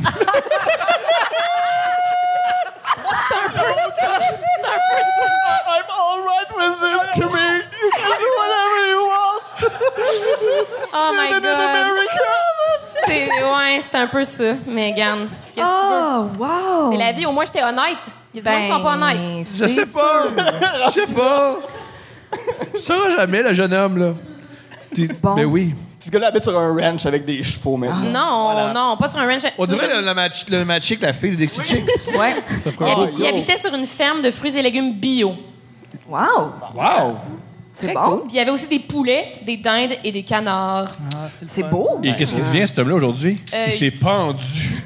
C'est un peu ça. I'm all right with this, Kimmy. You can do whatever you want. Oh my in god. America. C'est ouais, c'est un peu ça, mais garde. Qu'est-ce que tu veux? Oh! wow! C'est la vie, au moins j'étais honnête. Il y a des gens qui sont pas Ben, honnêtes. Je sais pas. Je sais pas. Tu sauras jamais, le jeune homme, là. T'es- Bon. Ben oui. Puis ce gars-là habite sur un ranch avec des chevaux maintenant. Non, non, pas sur un ranch. On dirait le, le match, le match chic, la fille des chicks. Ouais. Ça ferait Il, un habi- beau- il habitait sur une ferme de fruits et légumes bio. Wow! Wow! C'est Très bon. cool. Puis il y avait aussi des poulets, des dindes et des canards. C'est beau. Et qu'est-ce qu'il devient, cet homme-là, aujourd'hui? Euh, il s'est pendu.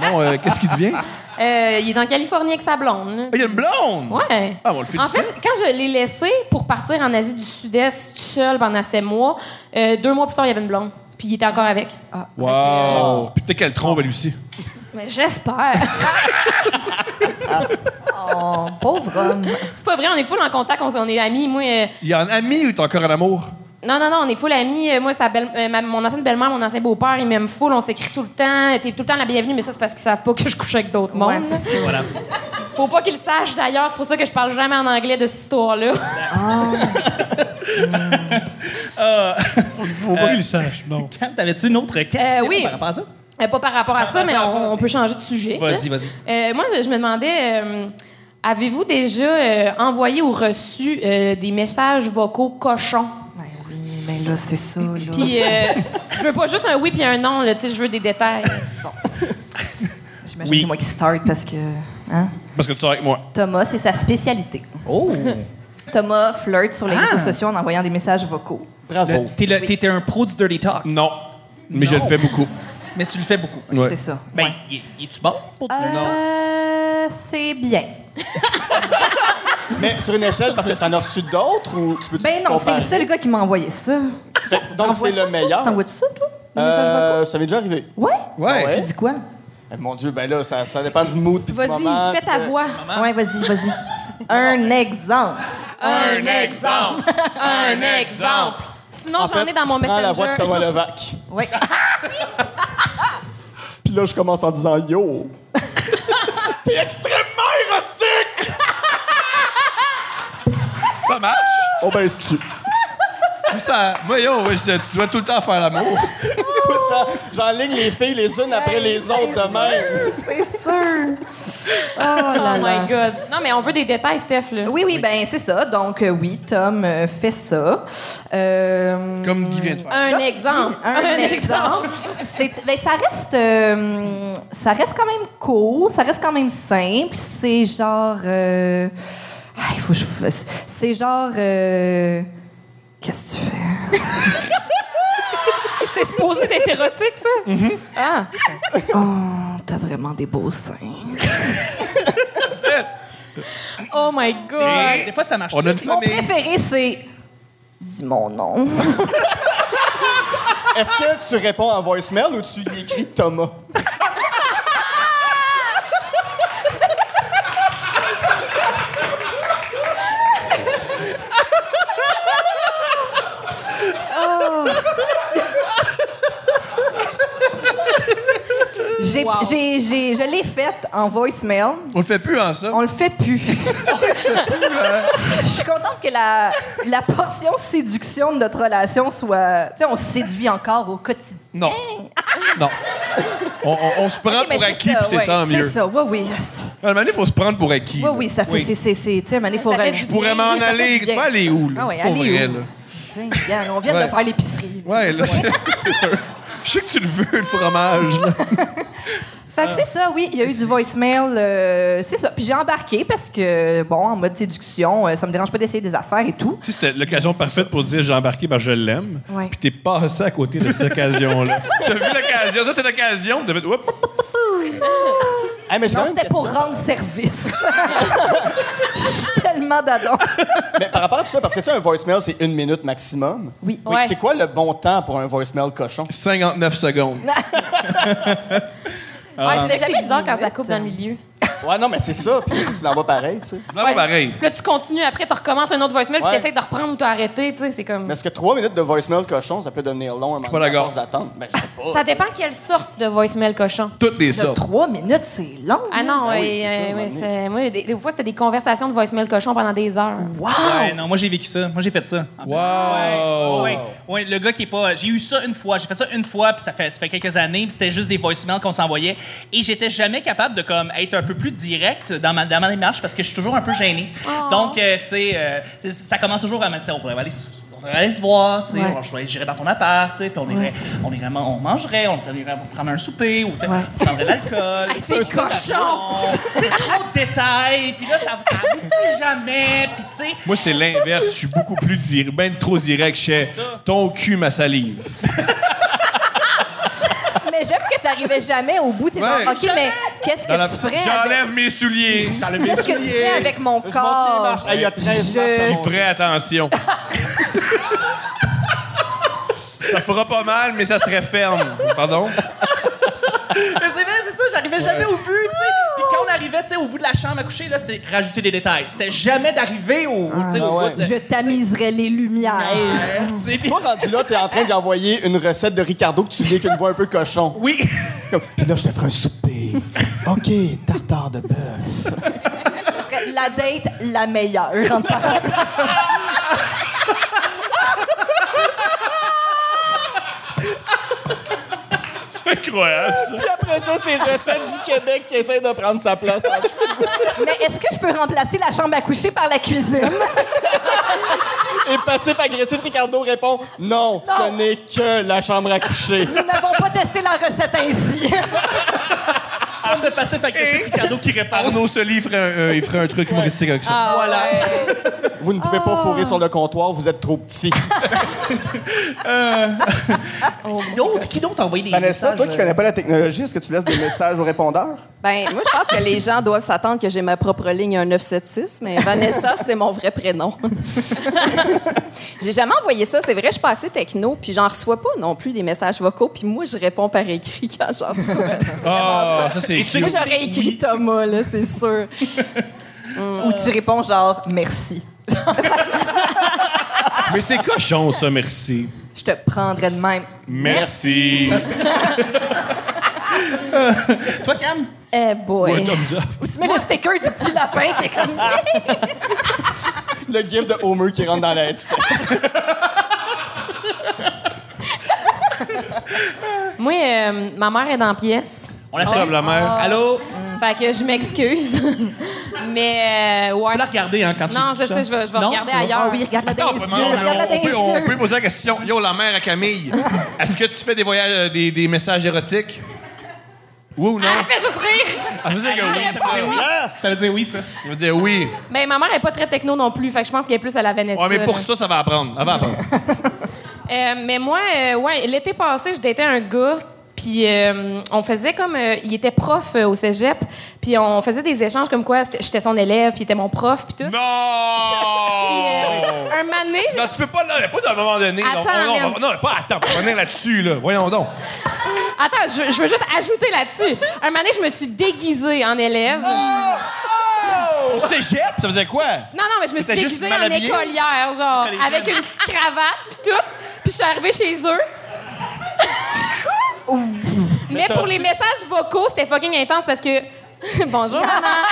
non, euh, qu'est-ce qu'il devient? Euh, il est en Californie avec sa blonde. là. Ah, il y a une blonde! Ouais. Ah, bon, on le fait en tout de fait, quand je l'ai laissé pour partir en Asie du Sud-Est tout seul pendant ces mois, euh, deux mois plus tard, il y avait une blonde. Puis il était encore avec. Wow! Puis peut-être qu'elle trompe, elle aussi. Mais j'espère. Oh, pauvre homme. C'est pas vrai, on est full en contact, on, on est amis. Moi, euh, Il y a un ami ou t'es encore en amour? non, non, non, on est full amis. Euh, Moi, sa belle, euh, ma- mon ancienne belle-mère, mon ancien beau-père, ils m'aiment full, on s'écrit tout le temps. euh, T'es tout le temps la bienvenue, mais ça, c'est parce qu'ils savent pas que je couche avec d'autres Ouais, mondes. c'est ça. Faut pas qu'ils le sachent d'ailleurs, c'est pour ça que je parle jamais en anglais de cette histoire-là. Faut pas qu'ils le sachent. Bon. Quand t'avais-tu une autre question Euh, oui. par rapport à ça? Euh, pas par rapport à ça, mais on, on peut changer de sujet. là. Vas-y, vas-y. Euh, moi, je me demandais, euh, avez-vous déjà euh, envoyé ou reçu euh, des messages vocaux cochons? Ben oui, mais là, c'est ça. Là. Puis, euh, je veux pas juste un oui puis un non, là, tu sais, je veux des détails. J'imagine oui. que c'est moi qui start parce que. Hein? Parce que tu sors avec moi. Thomas, c'est sa spécialité. Oh! Thomas flirte sur les réseaux sociaux en envoyant des messages vocaux. Oh. Bravo. T'es le- t'es- t'es un pro du Dirty Talk, Non. Mais je le Non. fais beaucoup. mais tu le fais beaucoup. Ouais. C'est ça. Ben, y- y- es-tu bon pour du- Euh, c'est bien. Mais sur une échelle, parce que t'en as reçu d'autres ou tu peux Ben non, c'est le seul gars qui m'a envoyé ça. Donc c'est le meilleur. T'envoies-tu ça, toi? Des messages vocaux? Euh, ça m'est déjà arrivé. Ouais? Ouais. Ouais. Tu dis quoi? Eh, Mon Dieu, ben là, ça, ça dépend du mood. puis du moment, Euh, Vas-y, fais ta puis- voix. Ouais, vas-y, vas-y. Un exemple. Un exemple! Un exemple! Sinon, En j'en fait, ai dans mon je prends la voix de messenger. Thomas Levac. Ouais. Puis là, je commence en disant Yo! T'es extrêmement érotique! Ça marche? Oh ben, si tu. Puis ça, moi, yo, ouais, je- tu dois tout le temps faire l'amour. Tout le temps, J'enligne les filles les unes Ben, après les autres de même. C'est sûr. Oh Oh là là. my God. Non, mais on veut des détails, Steph, là. Oui, oui, ben c'est ça. Donc, euh, oui, Tom euh, fait ça. Euh, Comme Guy vient de faire. Un exemple. un, exemple. C'est- ben, ça reste, euh, ça reste quand même court, ça reste quand même simple. C'est genre, euh, ah, il faut que je fasse- C'est genre, euh, qu'est-ce que tu fais C'est supposé d'être érotique, ça? Ah. Oh, t'as vraiment des beaux seins. Oh my God. Des fois, ça marche. On a une Mon famille. préféré, c'est dis mon nom. Est-ce que tu réponds en voicemail ou tu y écris Thomas? Wow. j'ai- j'ai- je l'ai faite en voicemail. On le fait plus en ça. On le fait plus. Je suis contente que la, la portion séduction de notre relation soit. Tu sais, on se séduit encore au quotidien. Non. non. On, on- on se prend mais pour c'est acquis, ça, puis c'est ouais. tant C'est mieux. ça, oui, oui. yes. À un moment donné, il faut se prendre pour acquis. Oui, oui, ça fait. c'est- c'est- c'est- Tu sais, Mané, faut. Ça fait re- du Je pourrais m'en Oui, ça fait aller. du Tu bien. vas aller où, là? Ah ouais, Pour allez vrai, où? là. Tiens, regarde, on vient Ouais. de faire l'épicerie. Ouais, là, c'est sûr. Je sais que tu le veux, le fromage, là. Fait que c'est ça, oui, il y a eu du voicemail, euh, c'est ça. Puis j'ai embarqué parce que, bon, en mode séduction, euh, ça me dérange pas d'essayer des affaires et tout. Tu sais, c'était l'occasion parfaite pour dire j'ai embarqué, ben je l'aime. Ouais. Puis t'es passé à côté de cette occasion-là. T'as vu l'occasion, ça c'est l'occasion. T'as fait, Oups, oups, oups. Hey, Eh, mais j'ai Non, quand même c'était une pour question. rendre service. Je suis tellement d'adon. Mais par rapport à tout ça, parce que tu sais, un voicemail, c'est une minute maximum. Oui. Oui, Ouais. C'est quoi le bon temps pour un voicemail cochon? 59 secondes. Ouais, c'était jamais jamais bizarre une quand ça minute. coupe dans le milieu. Ouais, non, mais c'est ça. Puis tu l'envoies pareil, tu sais. Non, Ouais. pareil. Puis là, tu continues après, tu recommences un autre voicemail, puis Ouais. t'essayes de reprendre ou t'as arrêté, tu sais, c'est comme... Mais est-ce que trois minutes de voicemail cochon, ça peut devenir long à un moment pas donné, à d'accord. force d'attendre? Ben, je sais pas. Ça dépend quelle sorte de voicemail cochon. Toutes les De sortes. Trois minutes, c'est long. Ah non, Ah oui, et, c'est ça, euh, à un moment oui, donné. c'est- moi, des, des fois, c'était des conversations de voicemail cochon pendant des heures. Wow! Ouais, non, moi j'ai vécu ça. Moi j'ai fait ça. Wow! Oh. Ouais, ouais, le gars qui est pas. J'ai eu ça une fois. J'ai fait ça une fois, puis ça fait, ça fait quelques années, puis c'était juste des voicemails qu'on s'envoyait. Et j'étais jamais capable de comme être un peu plus direct dans ma, dans ma démarche parce que je suis toujours un peu gêné. Donc, euh, tu sais, euh, c'est- ça commence toujours à me dire on pourrait aller. s- on pourrait aller se voir, tu sais, Ouais. on- je pourrais- j'irais dans ton appart, tu sais, puis on irait, on irait man- on mangerait, on irait prendre un souper, ou tu sais, Ouais. on prendrait de l'alcool. Hey, c'est cochon! C'est trop de détails, puis là, ça ça aboutit jamais, puis tu sais, Moi, c'est l'inverse. Je suis beaucoup plus direct, ben trop direct chez ça. ton cul, ma salive. Mais j'aime que t'arrivais jamais au bout. T'es Ouais. genre, OK, mais qu'est-ce que Dans la- tu ferais avec... J'enlève mes souliers. Qu'est-ce que tu fais avec mon Je monte les marches. corps? Hey, Il y a 13 marches à J'y monter. ferai attention. ça fera pas mal, mais ça serait ferme. Pardon? Mais c'est vrai, c'est ça, j'arrivais jamais au but, tu sais. Puis quand on arrivait, tu sais, au bout de la chambre à coucher, là, c'était rajouter des détails. C'était jamais d'arriver au, tu sais, au Ah, ouais. bout de... Je tamiserai les lumières. C'est- puis- Toi, rendu là, t'es en train d'y envoyer une recette de Ricardo que tu viens qu'une voix un peu cochon. Oui. Comme, Puis là, je te ferai un souper. OK, tartare de bœuf. Ce serait La date, la meilleure. entre parenthèses. Incroyable, ça. Puis après ça, c'est recette du Québec qui essaie de prendre sa place en dessous. mais est-ce que je peux remplacer la chambre à coucher par la cuisine? Et passif-agressif, Ricardo répond non, ce n'est que la chambre à coucher. Nous n'avons pas testé la recette ainsi. Homme de passif avec le Ricardo qui Ah, répare. Arnaud Soli ferait un, euh, il ferait un truc humoristique avec ça. Voilà. Vous ne pouvez pas fourrer sur le comptoir, vous êtes trop petit. D'autres, qui d'autre a envoyé des Vanessa, messages? euh? toi qui connais pas la technologie, est-ce que tu laisses des messages aux répondeurs? Ben, moi, je pense que les gens doivent s'attendre que j'ai ma propre ligne un 976, mais Vanessa, c'est mon vrai prénom. j'ai jamais envoyé ça. C'est vrai, je suis pas assez techno, puis j'en reçois pas non plus des messages vocaux, puis moi, je réponds par écrit quand j'en reçois. Ah, ça, c'est moi, cute. j'aurais écrit Thomas, là, c'est sûr. Ou tu réponds genre merci. Mais c'est cochon, ça, merci. Je te prendrai de même. Merci. Toi, Cam? Eh boy! Ouais, comme ça. Ou tu mets le sticker du petit lapin, t'es comme. Le gif de Homer qui rentre dans la tête. Moi, euh, ma mère est dans la pièce. On la Ah, Sauf salue. la mère. Allô? Fait que je m'excuse. Mais, euh, On ouais. peut la regarder hein, quand tu Non, dis je ça. sais, je vais, je vais Non, regarder c'est bon. ailleurs. Ah oui, regarde la dans les yeux, ben Non, mais regarde la dans on, les peut, on peut yeux. poser la question. Yo, la mère à Camille, est-ce que tu fais des voyages, euh, des, des messages érotiques? Oui ou non? Elle fait juste rire! Ah, je veux dire que oui, ça. Ça veut dire oui, ça. Je veux dire oui. Mais ma mère est pas très techno non plus, fait que je pense qu'elle est plus à la Vanessa. Ouais, mais pour là. ça, ça va apprendre. Elle va apprendre. Euh, mais moi, euh, ouais, l'été passé, je datais un gars. Puis euh, on faisait comme euh, il était prof euh, au cégep, puis on faisait des échanges comme quoi c'était- j'étais son élève, puis il était mon prof, puis tout. Puis, Non! euh, un moment donné, j'ai- Non, tu peux pas, là, pas d'un moment donné. là. Attends, On- on- man. non, pas attends, pour revenir là-dessus, là. Voyons donc. attends, je, je veux juste ajouter là-dessus. Un moment donné, je me suis déguisée en élève. Au cégep, ça faisait quoi? Non, non, mais je me suis C'était juste déguisée mal en habillée? écolière, genre, les avec une petite cravate, puis tout. Puis je suis arrivée chez eux. Mais pour les messages vocaux, c'était fucking intense parce que. Bonjour, Ah. maman.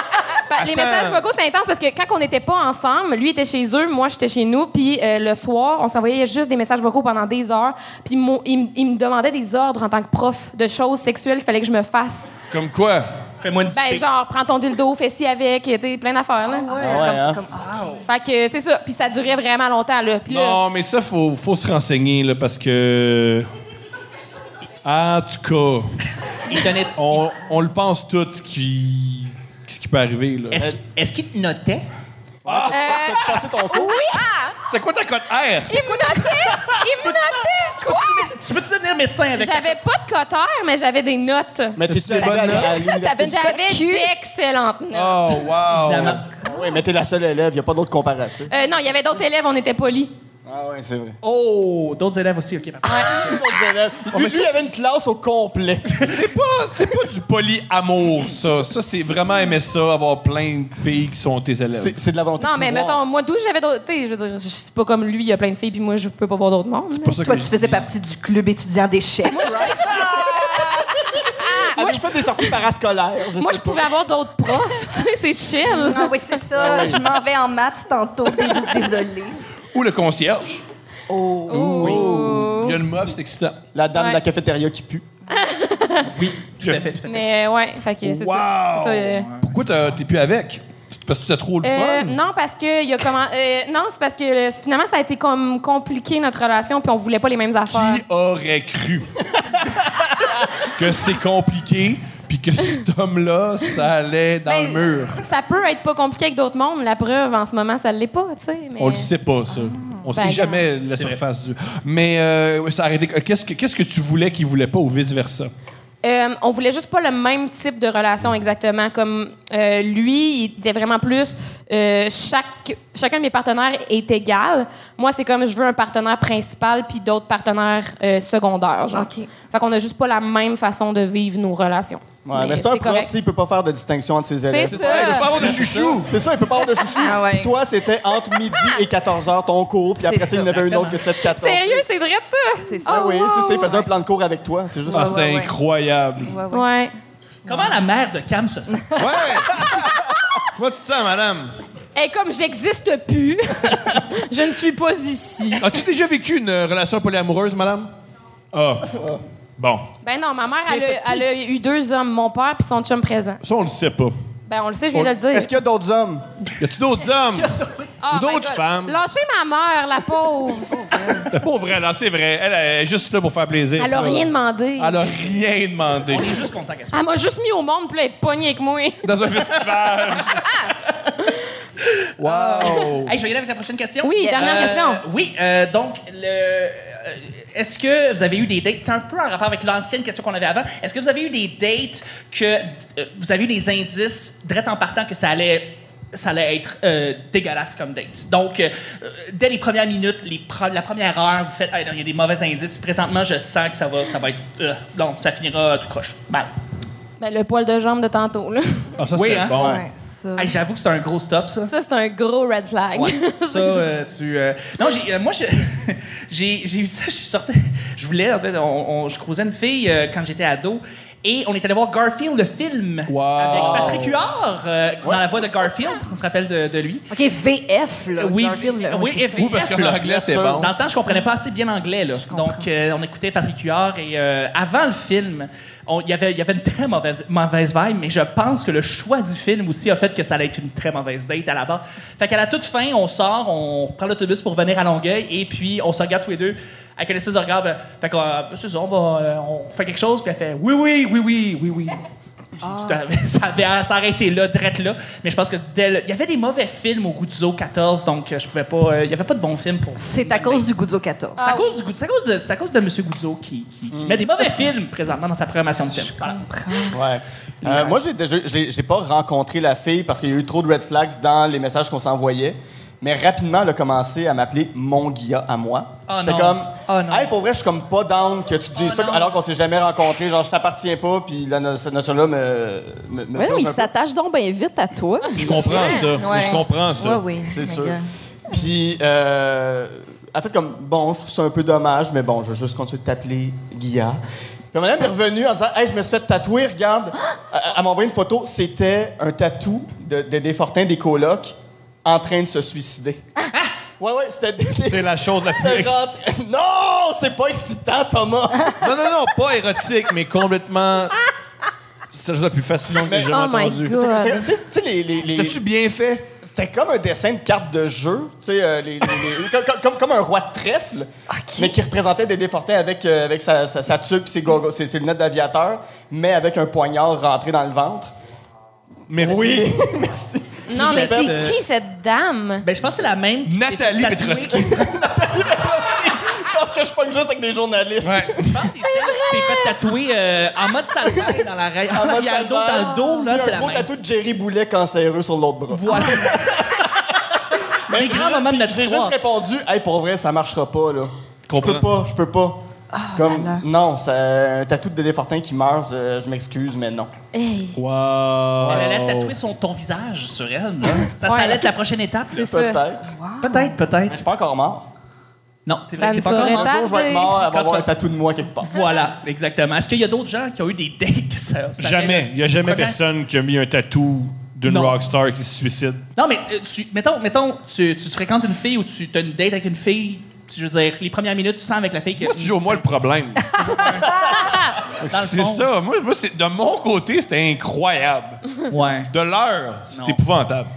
Pa- les messages vocaux, c'était intense parce que quand on n'était pas ensemble, lui était chez eux, moi, j'étais chez nous. Puis euh, le soir, on s'envoyait juste des messages vocaux pendant des heures. Puis mon- il, me- il me demandait des ordres en tant que prof de choses sexuelles qu'il fallait que je me fasse. Comme quoi? Fais-moi une Ben, dictée. genre, prends ton dildo, fais ci avec, tu sais, plein d'affaires, là. ouais, hein? Fait que c'est ça. Puis ça durait vraiment longtemps, là. Puis là, Non, mais ça, faut, faut se renseigner, là, parce que. En tout cas, Il donnait- on, on le pense tout ce qui, ce qui peut arriver, là. Est-ce est-ce qu'il te notait? Ah, T'as-tu passé ton Ah, Euh, cours? C'était quoi ta cote R? il me notait! Il me notait! Quoi? Tu peux-tu devenir médecin avec J'avais pas de cotère, mais j'avais des notes. Mais t'es-tu allée à, à l'université? J'avais d'excellentes notes. Oh, wow! finalement? Ah Oui, mais t'es la seule élève, y a pas d'autre comparatif. Ah. Euh, non, il y avait d'autres élèves, on était polis. Ah ouais, c'est vrai. Oh, d'autres élèves aussi, ok. Ah. parfait. D'autres élèves. Lui, lui, il avait une classe au complet. C'est pas, c'est pas du polyamour, ça. Ça, c'est vraiment aimer ça, avoir plein de filles qui sont tes élèves. C'est c'est de la volonté. Non, mais de pouvoir. mettons, moi, d'où j'avais d'autres. Tu sais, je veux dire, je suis pas comme lui, il y a plein de filles, puis moi, je peux pas voir d'autres mondes. pour ça Toi, que tu je faisais dis- partie du club étudiant d'échecs. Avez-vous fait des sorties parascolaires? Moi, sais je pouvais avoir d'autres profs, tu sais, c'est chill. Ah oui, c'est ça. Je m'en vais en maths tantôt. Dés- Désolée. Ou le concierge. Oh. Il y a le mob, c'est excitant. pas. La dame Ouais. de la cafétéria qui pue. Oui, tout à fait, tout à fait. Mais euh, ouais, fait que c'est ça. C'est ça, euh. Pourquoi t'as- t'es plus avec? C'est Parce que t'as trop le Euh, fun? non, parce que il y a comment euh, non, c'est parce que euh, finalement ça a été comme compliqué notre relation puis on voulait pas les mêmes affaires. Qui aurait cru que c'est compliqué puis que cet homme-là, ça allait dans Ben, le mur? Ça peut être pas compliqué avec d'autres mondes, la preuve en ce moment ça l'est pas, tu sais, mais On le sait pas, ça. On ben, sait jamais la surface du. Mais euh, ouais, ça a arrêté. Qu'est-ce que, qu'est-ce que tu voulais qu'il voulait pas ou vice-versa? Euh, on voulait juste pas le même type de relation exactement. Comme euh, lui, il était vraiment plus. euh, chaque, chacun de mes partenaires est égal. Moi, c'est comme je veux un partenaire principal puis d'autres partenaires euh, secondaires. Genre. OK. Fait qu'on a juste pas la même façon de vivre nos relations. Ouais, mais, c'est un prof, tu correct. sais, il peut pas faire de distinction entre ses élèves. C'est Ouais, ça. il peut pas avoir de chouchou! C'est ça, il peut pas avoir de chouchou. Ah ouais. Puis toi, c'était entre midi et 14h ton cours, puis après ça, C'est il y en ça, avait une autre que c'était de 14 Sérieux, c'est vrai ça? C'est ça. Ah oui, wow. c'est ça, il faisait un plan de cours avec toi. C'est juste Ah, ça. c'était ouais, ouais. incroyable. Ouais, ouais. Ouais. Comment la mère de Cam se sent? Ouais! Quoi tu te sens, madame? Et comme j'existe plus, je ne suis pas ici. As-tu déjà vécu une euh, relation polyamoureuse, madame? Ah. Bon. Ben non, ma mère, elle a, elle a eu deux hommes, mon père puis son chum présent. Ça, on le sait pas. Ben on le sait, je viens de le dire. Est-ce qu'il y a d'autres hommes? Y a-tu d'autres hommes? Ah, Ou d'autres my God. femmes. Lâchez ma mère, la pauvre. C'est pas vrai, là, c'est vrai. Elle, elle est juste là pour faire plaisir. Elle a rien demandé. Elle a rien demandé. On est juste content qu'elle soit. Elle m'a juste mis au monde, puis elle est pognée avec moi. Dans un festival. wow! Hey, je vais y aller avec la prochaine question. Oui, dernière Euh, question. Oui, euh, donc, le, euh, est-ce que vous avez eu des dates? C'est un peu en rapport avec l'ancienne question qu'on avait avant. Est-ce que vous avez eu des dates que euh, vous avez eu des indices, direct en partant, que ça allait ça allait être euh, dégueulasse comme date. Donc, euh, dès les premières minutes, les pre- la première heure, vous faites, Hey, non, il y a des mauvais indices. Présentement, je sens que ça va, ça va être, euh, non, ça finira tout croche. Mal. Ben, le poil de jambe de tantôt, là. Ah, ça, Oui, c'était hein? bon. Ouais, ça. Hey, J'avoue que c'est un gros stop, ça. Ça, c'est un gros red flag. Ouais. Ça, euh, tu. euh, Non, j'ai, euh, moi, je- j'ai, j'ai eu ça. Je sortais. Je voulais, en fait, on, on- je croisais une fille euh, quand j'étais ado. Et on est allé voir Garfield, le film, Wow. avec Patrick Huard, euh, dans la voix de Garfield. On se rappelle de, de lui. OK, VF, là. oui, Garfield, là, oui, c'est et- Oui, parce et- qu'en anglais, c'est bon. Dans le temps, je comprenais pas assez bien l'anglais. Là. Donc, euh, on écoutait Patrick Huard. Et euh, avant le film, on- il y avait- il y avait une très mauvaise, mauvaise vibe, mais je pense que le choix du film aussi a fait que ça allait être une très mauvaise date à la base. Fait qu'à la toute fin, on sort, on prend l'autobus pour venir à Longueuil, et puis on se regarde tous les deux avec une espèce de regard. ben, fait qu'on, euh, c'est ça, on, va, euh, on fait quelque chose, puis elle fait oui, oui, oui, oui, oui, oui. J'ai dit, Putain, Ça avait s'arrêter là, drette là. Mais je pense que dès le- il y avait des mauvais films au Guzzo 14, donc euh, je pouvais pas. euh, Il y avait pas de bons films pour. C'est à cause du Guzzo 14. C'est à, cause du Guzzo- c'est à cause de, c'est à cause de M. Guzzo qui, qui- qui met des mauvais films présentement dans sa programmation de films. Voilà. Ouais. Euh, Moi, j'ai déjà- j'ai j'ai pas rencontré la fille parce qu'il y a eu trop de red flags dans les messages qu'on s'envoyait. Mais rapidement, elle a commencé à m'appeler mon Guilla à moi. Oh J'étais non. comme, Oh non. hey, pour vrai, je suis comme pas down que tu dises Oh ça non. alors qu'on s'est jamais rencontrés. Genre, je t'appartiens pas, puis la no- cette notion-là me. me, me Ouais, non, pose il un peu. s'attache donc bien vite à toi. Je comprends ça. Je comprends ça. Oui, oui. C'est Oh my sûr. God. Puis, euh, elle fait comme, bon, je trouve ça un peu dommage, mais bon, je vais juste continuer de t'appeler Guilla. Puis madame est revenue en disant Hey, je me suis fait tatouer, regarde. Elle- Elle m'a envoyé une photo. C'était un tatou de, de des Fortins, des colocs, en train de se suicider. Ouais, ouais, c'était des. C'est la chose la plus. c'était rentré- Non, c'est pas excitant, Thomas. Non, non, non, pas érotique, mais complètement. C'est la chose la plus fascinante que j'ai jamais Oh my entendue. God. C'est- c'est- Tu sais- tu sais, les- les- les- T'as-tu bien fait? C'était comme un dessin de carte de jeu, tu sais, euh, les- les- les- comme, comme- comme- comme un roi de trèfle, mais qui représentait Dédé Fortin avec, euh, avec sa, sa, sa tuque et ses, gogo- ses- ses lunettes d'aviateur, mais avec un poignard rentré dans le ventre. Mais Oui, merci. Non, mais Fait, c'est euh, qui cette dame? Ben, je pense que c'est la même. qui s'est fait Nathalie tatouer. Petroski. Je pense que je pogne juste avec des journalistes. Je pense que c'est celle qui s'est fait tatouer euh, en mode salvaire dans la raie. En mode salvaire. dos, dans le dos, là, Puis c'est un la gros même. tatou de Jerry Boulet cancéreux sur l'autre bras. Voilà. Les j'ai grands juste- moments de notre J'ai histoire. juste répondu, hey, pour vrai, ça marchera pas, là. Je Comprends. peux pas, je peux pas. Ah, Comme, non, ça, un tatou de Dédé Fortin qui meurt, je, je m'excuse, mais non. Hey, Wow. Elle allait tatouer son, ton visage sur elle. là. Ça, ça Ouais. allait être la prochaine étape. là. c'est ça. Peut-être. Peut-être, Je peut-être. suis pas encore mort. Non, t'es Ça vrai, me t'es pas encore saurait mort. pas. Un jour, je vais être mort, elle Quand va avoir tu un tatou de moi quelque part. Voilà, exactement. Est-ce qu'il y a d'autres gens qui ont eu des dates que ça, ça Jamais. avait- Il n'y a jamais Première- personne qui a mis un tatou d'une Non. rockstar qui se suicide. Non, mais euh, tu, mettons, mettons tu, tu fréquentes une fille ou tu as une date avec une fille. tu- Je veux dire, les premières minutes, tu sens avec la fille que. C'est toujours moi le problème. Dans le C'est fond. ça. Moi, moi, c'est- de mon côté, c'était incroyable. Ouais. De l'heure, Non. Ah. c'est épouvantable.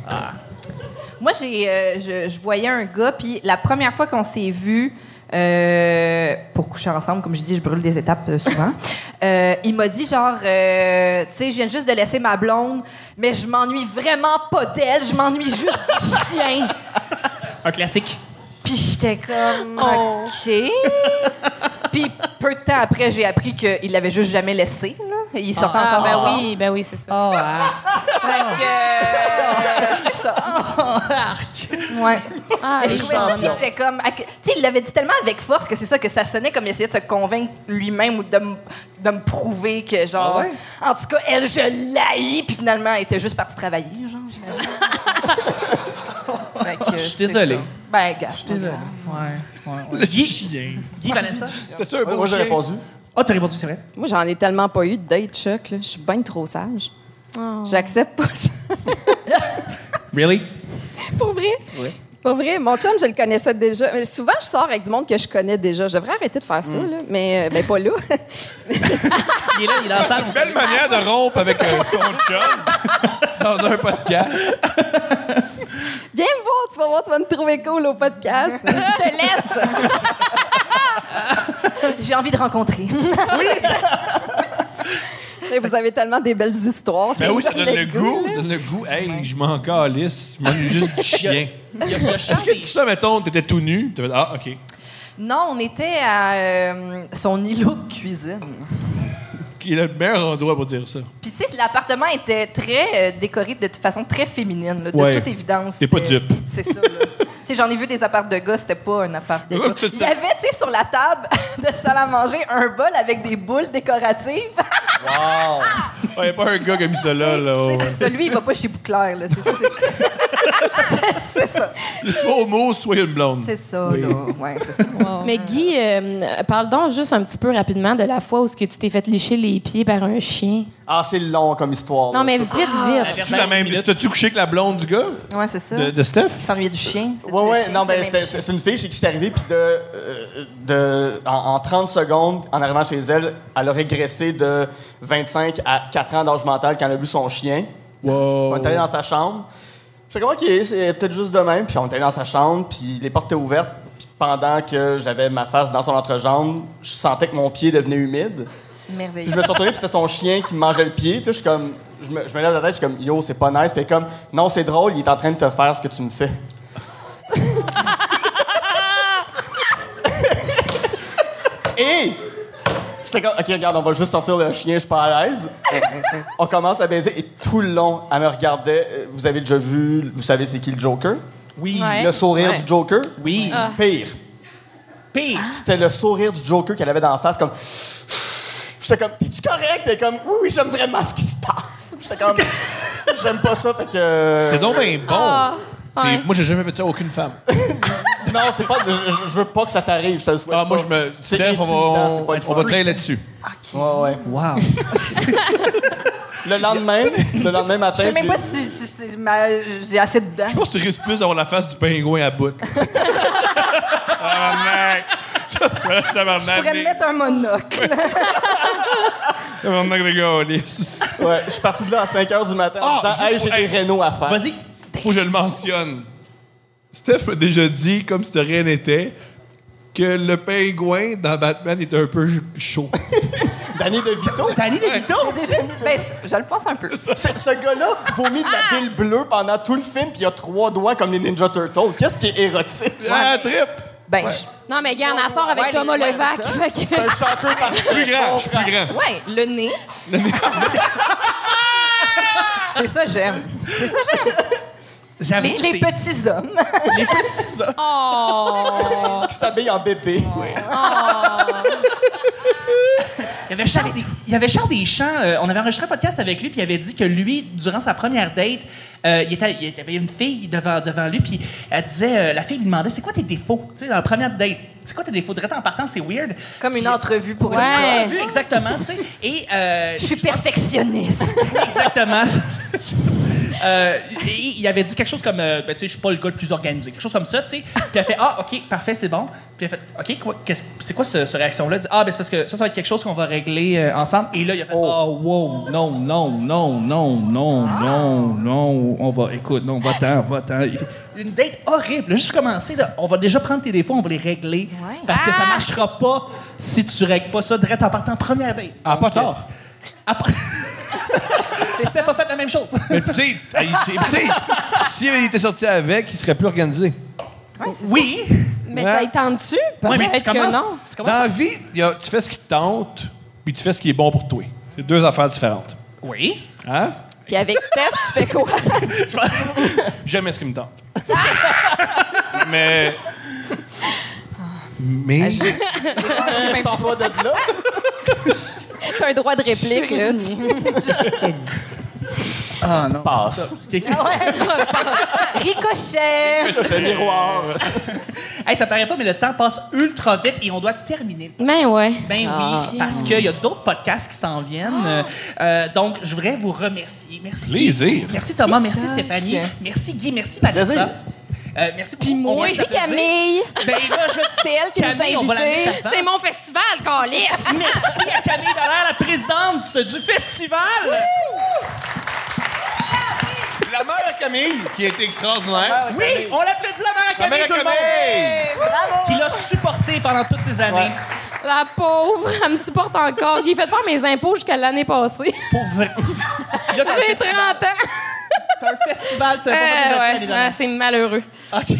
Moi, j'ai, euh, je, je voyais un gars, puis la première fois qu'on s'est vu euh, pour coucher ensemble, comme je dis, je brûle des étapes euh, souvent, euh, il m'a dit genre, euh, tu sais, je viens juste de laisser ma blonde, mais je m'ennuie vraiment pas d'elle, je m'ennuie juste du chien. Un classique. Puis j'étais comme, OK. puis peu de temps après, j'ai appris qu'il l'avait juste jamais laissé. Là. Il sortait Ah, encore ben ensemble. oui, ben oui, c'est ça. Fait que, euh, c'est ça. Ouais. Ah, Mais je les trouvais ça, gens. puis j'étais comme. à que- Tu sais, il l'avait dit tellement avec force que c'est ça que ça sonnait comme il essayait de se convaincre lui-même ou de, m- de me prouver que, genre. En tout cas, elle, je l'haïs, puis finalement, elle était juste partie travailler, genre, j'imagine. Fait que, Je suis c'est désolé. ça. Ben, gars, je suis désolée. Ouais, ouais, ouais. Guy, Guy Vanessa. C'était un Ouais, moi, j'ai répondu. Ah, t'as répondu, c'est vrai. Moi, j'en ai tellement pas eu de date, Chuck. là. Je suis bien trop sage. Oh. J'accepte pas ça. Really? Pour vrai? Pour vrai, mon chum, je le connaissais déjà. Mais souvent, je sors avec du monde que je connais déjà. Je devrais arrêter de faire ça, Mm. là, mais euh, ben, pas là. Il est là, il est dans la salle. on salue. Belle manière de rompre avec euh, ton chum dans un podcast. Viens me voir, tu vas voir, tu vas me trouver cool au podcast. je te laisse. J'ai envie de rencontrer. Mais vous avez tellement des belles histoires. Ben oui, ça donne le goût. là. Ça donne le goût. Hey, je m'en calisse. Je mange juste du chien. Il y a- il y a Est-ce que des- tu sais, mettons, t'étais tout nu? t'as fait, Ah, OK. Non, on était à euh, son îlot de cuisine. Il a le meilleur endroit pour dire ça. Puis, tu sais, l'appartement était très euh, décoré de toute façon très féminine, là, de Ouais. toute évidence. T'es pas C'était- dupe. C'est ça, là. tu sais, j'en ai vu des apparts de gars, c'était pas un appart. de Mais là, gars. tu- tu- Il y avait, tu sais, sur la table de salle à manger, un bol avec des boules décoratives. Wow. Il n'y a pas un gars qui a mis ça là. là. Tu sais, c'est ça. Lui, il va pas chez Bouclair, là. C'est ça, c'est ça. c'est ça. Soit homo, soit une blonde. C'est ça, là. Ouais, c'est ça. Mais Guy, euh, parle donc juste un petit peu rapidement de la fois où ce que tu t'es fait lécher les pieds par un chien. Ah, c'est long comme histoire. là. Non, mais vite, vite. C'est la même. T'as-tu couché avec la blonde du gars? Ouais, c'est ça. De, de Steph? Il s'ennuyait du chien. c'est Ouais, le ouais, chien, non, c'est ben, le c'était- même chien. c'était une fille chez qui c'est arrivé, puis de, euh, de- en, en 30 secondes, en arrivant chez elle, elle a régressé de 25 à 4 ans d'âge mental quand elle a vu son chien. Wow. On est allé Oh. dans sa chambre. Je sais comment qu'il est, c'est peut-être juste de même. Puis on est allé dans sa chambre, puis les portes étaient ouvertes. Puis pendant que j'avais ma face dans son entrejambe, je sentais que mon pied devenait humide. Puis Merveilleux. je me suis retourné, puis c'était son chien qui me mangeait le pied. Puis là, je suis comme, je me, je me lève la tête, je suis comme, yo, c'est pas nice. Puis elle est comme, non, c'est drôle, il est en train de te faire ce que tu me fais. Et j'étais comme, ok, regarde, on va juste sortir le chien, je suis pas à l'aise. on commence à baiser, et tout le long, elle me regardait. Euh, Vous avez déjà vu, vous savez c'est qui le Joker? Oui. Ouais. Le sourire du Joker? Oui. Ah. Pire. Ah. Pire. C'était le sourire du Joker qu'elle avait dans la face, comme. J'étais comme, t'es-tu correct? Puis elle est comme, oui, oui, j'aime vraiment ce qui se passe. Puis J'étais comme, j'aime pas ça, fait que. euh, C'est donc bien bon. Ah, T'es- ouais. Moi, j'ai jamais fait ça à aucune femme. non, c'est pas. Je, je- je veux pas que ça t'arrive, je te le souhaite. Ah, moi, pas. je me. C'est Steph, on va, intimidant, c'est pas le on va fun. traiter là-dessus. Ouais, ouais. Wow. Le lendemain, le lendemain Je matin. sais même j'ai- pas si, si- si ma- j'ai assez de dents. Je pense que tu risques plus d'avoir la face du pingouin à bout. Tabarnak! Je pourrais me Ah, Tabarnak! mettre un monocle. Tabarnak de gaulliste. Ouais, je suis parti de là à 5 h du matin en Ah, disant Hey, juste j'ai pour- des hey. rénaux à faire. Vas-y. Faut que je le mentionne. Steph m'a déjà dit, comme si de rien n'était, que le pingouin dans Batman est un peu chaud. Danny DeVito, Danny DeVito? Déjà, Ben, c- je le pense un peu. ce, ce gars-là vomit de la bile bleue pendant tout le film, puis il a trois doigts comme les Ninja Turtles. Qu'est-ce qui est érotique? Ah, trip! Ben, Non, mais regarde, elle sort avec Ouais, Thomas les- ouais, Levac. c'est fait que- C'est un choqueur par Plus grand, Ah, je suis plus grand. je- ouais, le nez. c'est ça, j'aime. J'avoue, Les, c'est- les petits hommes. les petits. ça. Oh! qui s'habille en bébé. Il y avait Charles, des- il y avait Charles Deschamps, euh, on avait enregistré un podcast avec lui, puis il avait dit que lui, durant sa première date, euh, il, était, il y avait une fille devant, devant lui, puis elle disait, euh, la fille lui demandait, c'est quoi tes défauts? Tu sais, dans la première date, c'est quoi tes défauts? Direct en partant, c'est weird. Comme une entrevue pour Ouais. une J'ai vu exactement, tu sais. Et euh, Je suis perfectionniste. Exactement. Euh, et il avait dit quelque chose comme euh, ben, tu sais je suis pas le gars le plus organisé quelque chose comme ça tu sais puis elle fait ah ok parfait c'est bon puis elle fait ok quoi qu'est-ce- c'est quoi ce, réaction là dit ah ben c'est parce que ça ça va être quelque chose qu'on va régler euh, ensemble et là il a fait oh wow non non non non non non non on va écoute non va ten va ten une date horrible juste commencer là, on va déjà prendre tes défauts on va les régler parce que ça Ah! marchera pas si tu règles pas ça direct en partant première date Ah, pas tard. à part- C'était pas fait la même chose. Mais tu sais, il- c'est- tu sais, s'il était sorti avec, il serait plus organisé. Oui. Mais ça y tente-tu? Ouais, mais tu Peut-être que commences. non. Tu Dans commences. la vie, il y a- tu fais ce qui te tente, puis tu fais ce qui est bon pour toi. C'est deux affaires différentes. Oui. Hein? Puis avec Steph, tu fais quoi? Jamais ce qui me tente. mais. Ah, Mais. Sors-toi de là. T'as un droit de réplique, là. Ah non. Passe. c'est ça. Ok. Ricochet. C'est le miroir. Ah. Hey, ça paraît pas, mais le temps passe ultra vite et on doit terminer. Ben ouais. Ben Ah. oui, parce qu'il y a d'autres podcasts qui s'en viennent. Euh, euh, donc, je voudrais vous remercier. Merci. Plaisir. Merci Thomas, merci Stéphanie, merci Guy, merci Vanessa. Plaisir. Euh, merci pour moi. Merci, Camille. Ben là, je... C'est elle qui Camille, on nous va a la invités. mettre C'est mon festival, Calice! Merci à Camille Dallaire, la présidente du festival. La mère à Camille, qui a été extraordinaire. Oui, on l'applaudit la mère à Camille, tout le monde, qui l'a supportée pendant toutes ces années. Ouais. La pauvre, elle me supporte encore. J'ai fait faire mes impôts jusqu'à l'année passée. Pour vrai. Il y a qu'un J'ai 30 festival. ans. T'as un festival, tu sais Euh, pas comment ça s'appelle, ouais, les ouais, dames. c'est malheureux. OK.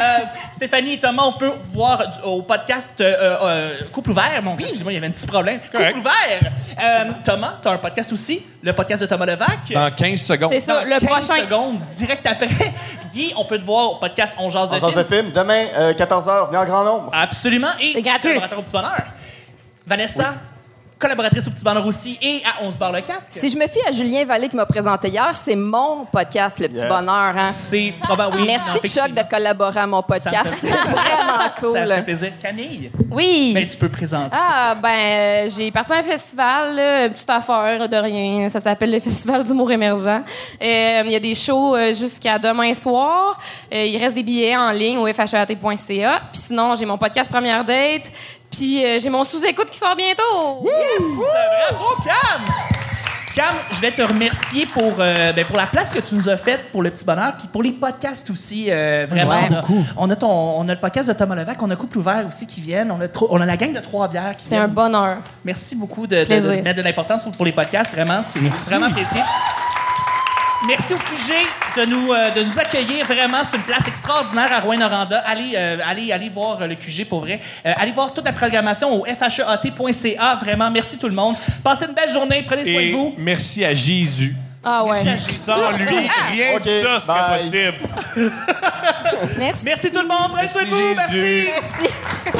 Euh, Stéphanie et Thomas, on peut vous voir du- au podcast euh, euh, Couple ouvert. Mon Dieu, excuse-moi, il y avait un petit problème. Correct. Couple ouvert. Euh, Thomas, t'as un podcast aussi, le podcast de Thomas Levac. Dans 15 secondes. C'est ça, Dans le 15 prochain. secondes, direct après. Guy, on peut te voir au podcast On jase de On sort films. de film. Demain, 14h, venez en grand nombre. Absolument. Et C'est gratuit. collaborateur au Petit Bonheur. Vanessa, collaboratrice au Petit Bonheur aussi et à On se barre le casque. Si je me fie à Julien Vallée qui m'a présenté hier, c'est mon podcast, Le Petit Yes. Bonheur. hein. C'est probablement... oui, non, Merci, Chuck, effectivement. de collaborer à mon Ça podcast. me C'est vraiment Ça fait cool. plaisir. Camille, Oui. ben, tu peux présenter. Ah, ben, euh, j'ai parti à un festival, là, une petite affaire de rien. Ça s'appelle le Festival d'humour émergent. Euh, Il y a des shows euh, jusqu'à demain soir. Euh, il reste des billets en ligne au E fhat.ca. Puis sinon, j'ai mon podcast Première Date. Puis euh, j'ai mon sous-écoute qui sort bientôt. Yes! Bravo, Cam! Cam, je vais te remercier pour, euh, ben, pour la place que tu nous as faite pour le petit bonheur, puis pour les podcasts aussi. euh, vraiment, on, a, on a ton, on a le podcast de Thomas Levac, on a Couple Ouvert aussi qui viennent, on a, trop- on a la gang de Trois Bières qui C'est un viennent. bonheur. Merci beaucoup de, de- Plaisir. de mettre de l'importance pour les podcasts, vraiment, c'est vraiment apprécié. Merci au QG de nous, euh, de nous accueillir. Vraiment, c'est une place extraordinaire à Rouen-Noranda. Allez, euh, allez, allez voir euh, le QG pour vrai. Euh, allez voir toute la programmation au E fhat.ca. Vraiment, merci tout le monde. Passez une belle journée. Prenez soin Et de vous. merci à Jésus. Ah ouais. Sans lui, rien Ok, de ça serait bye. possible. Merci tout le monde. Prenez soin de vous. Jésus. Merci.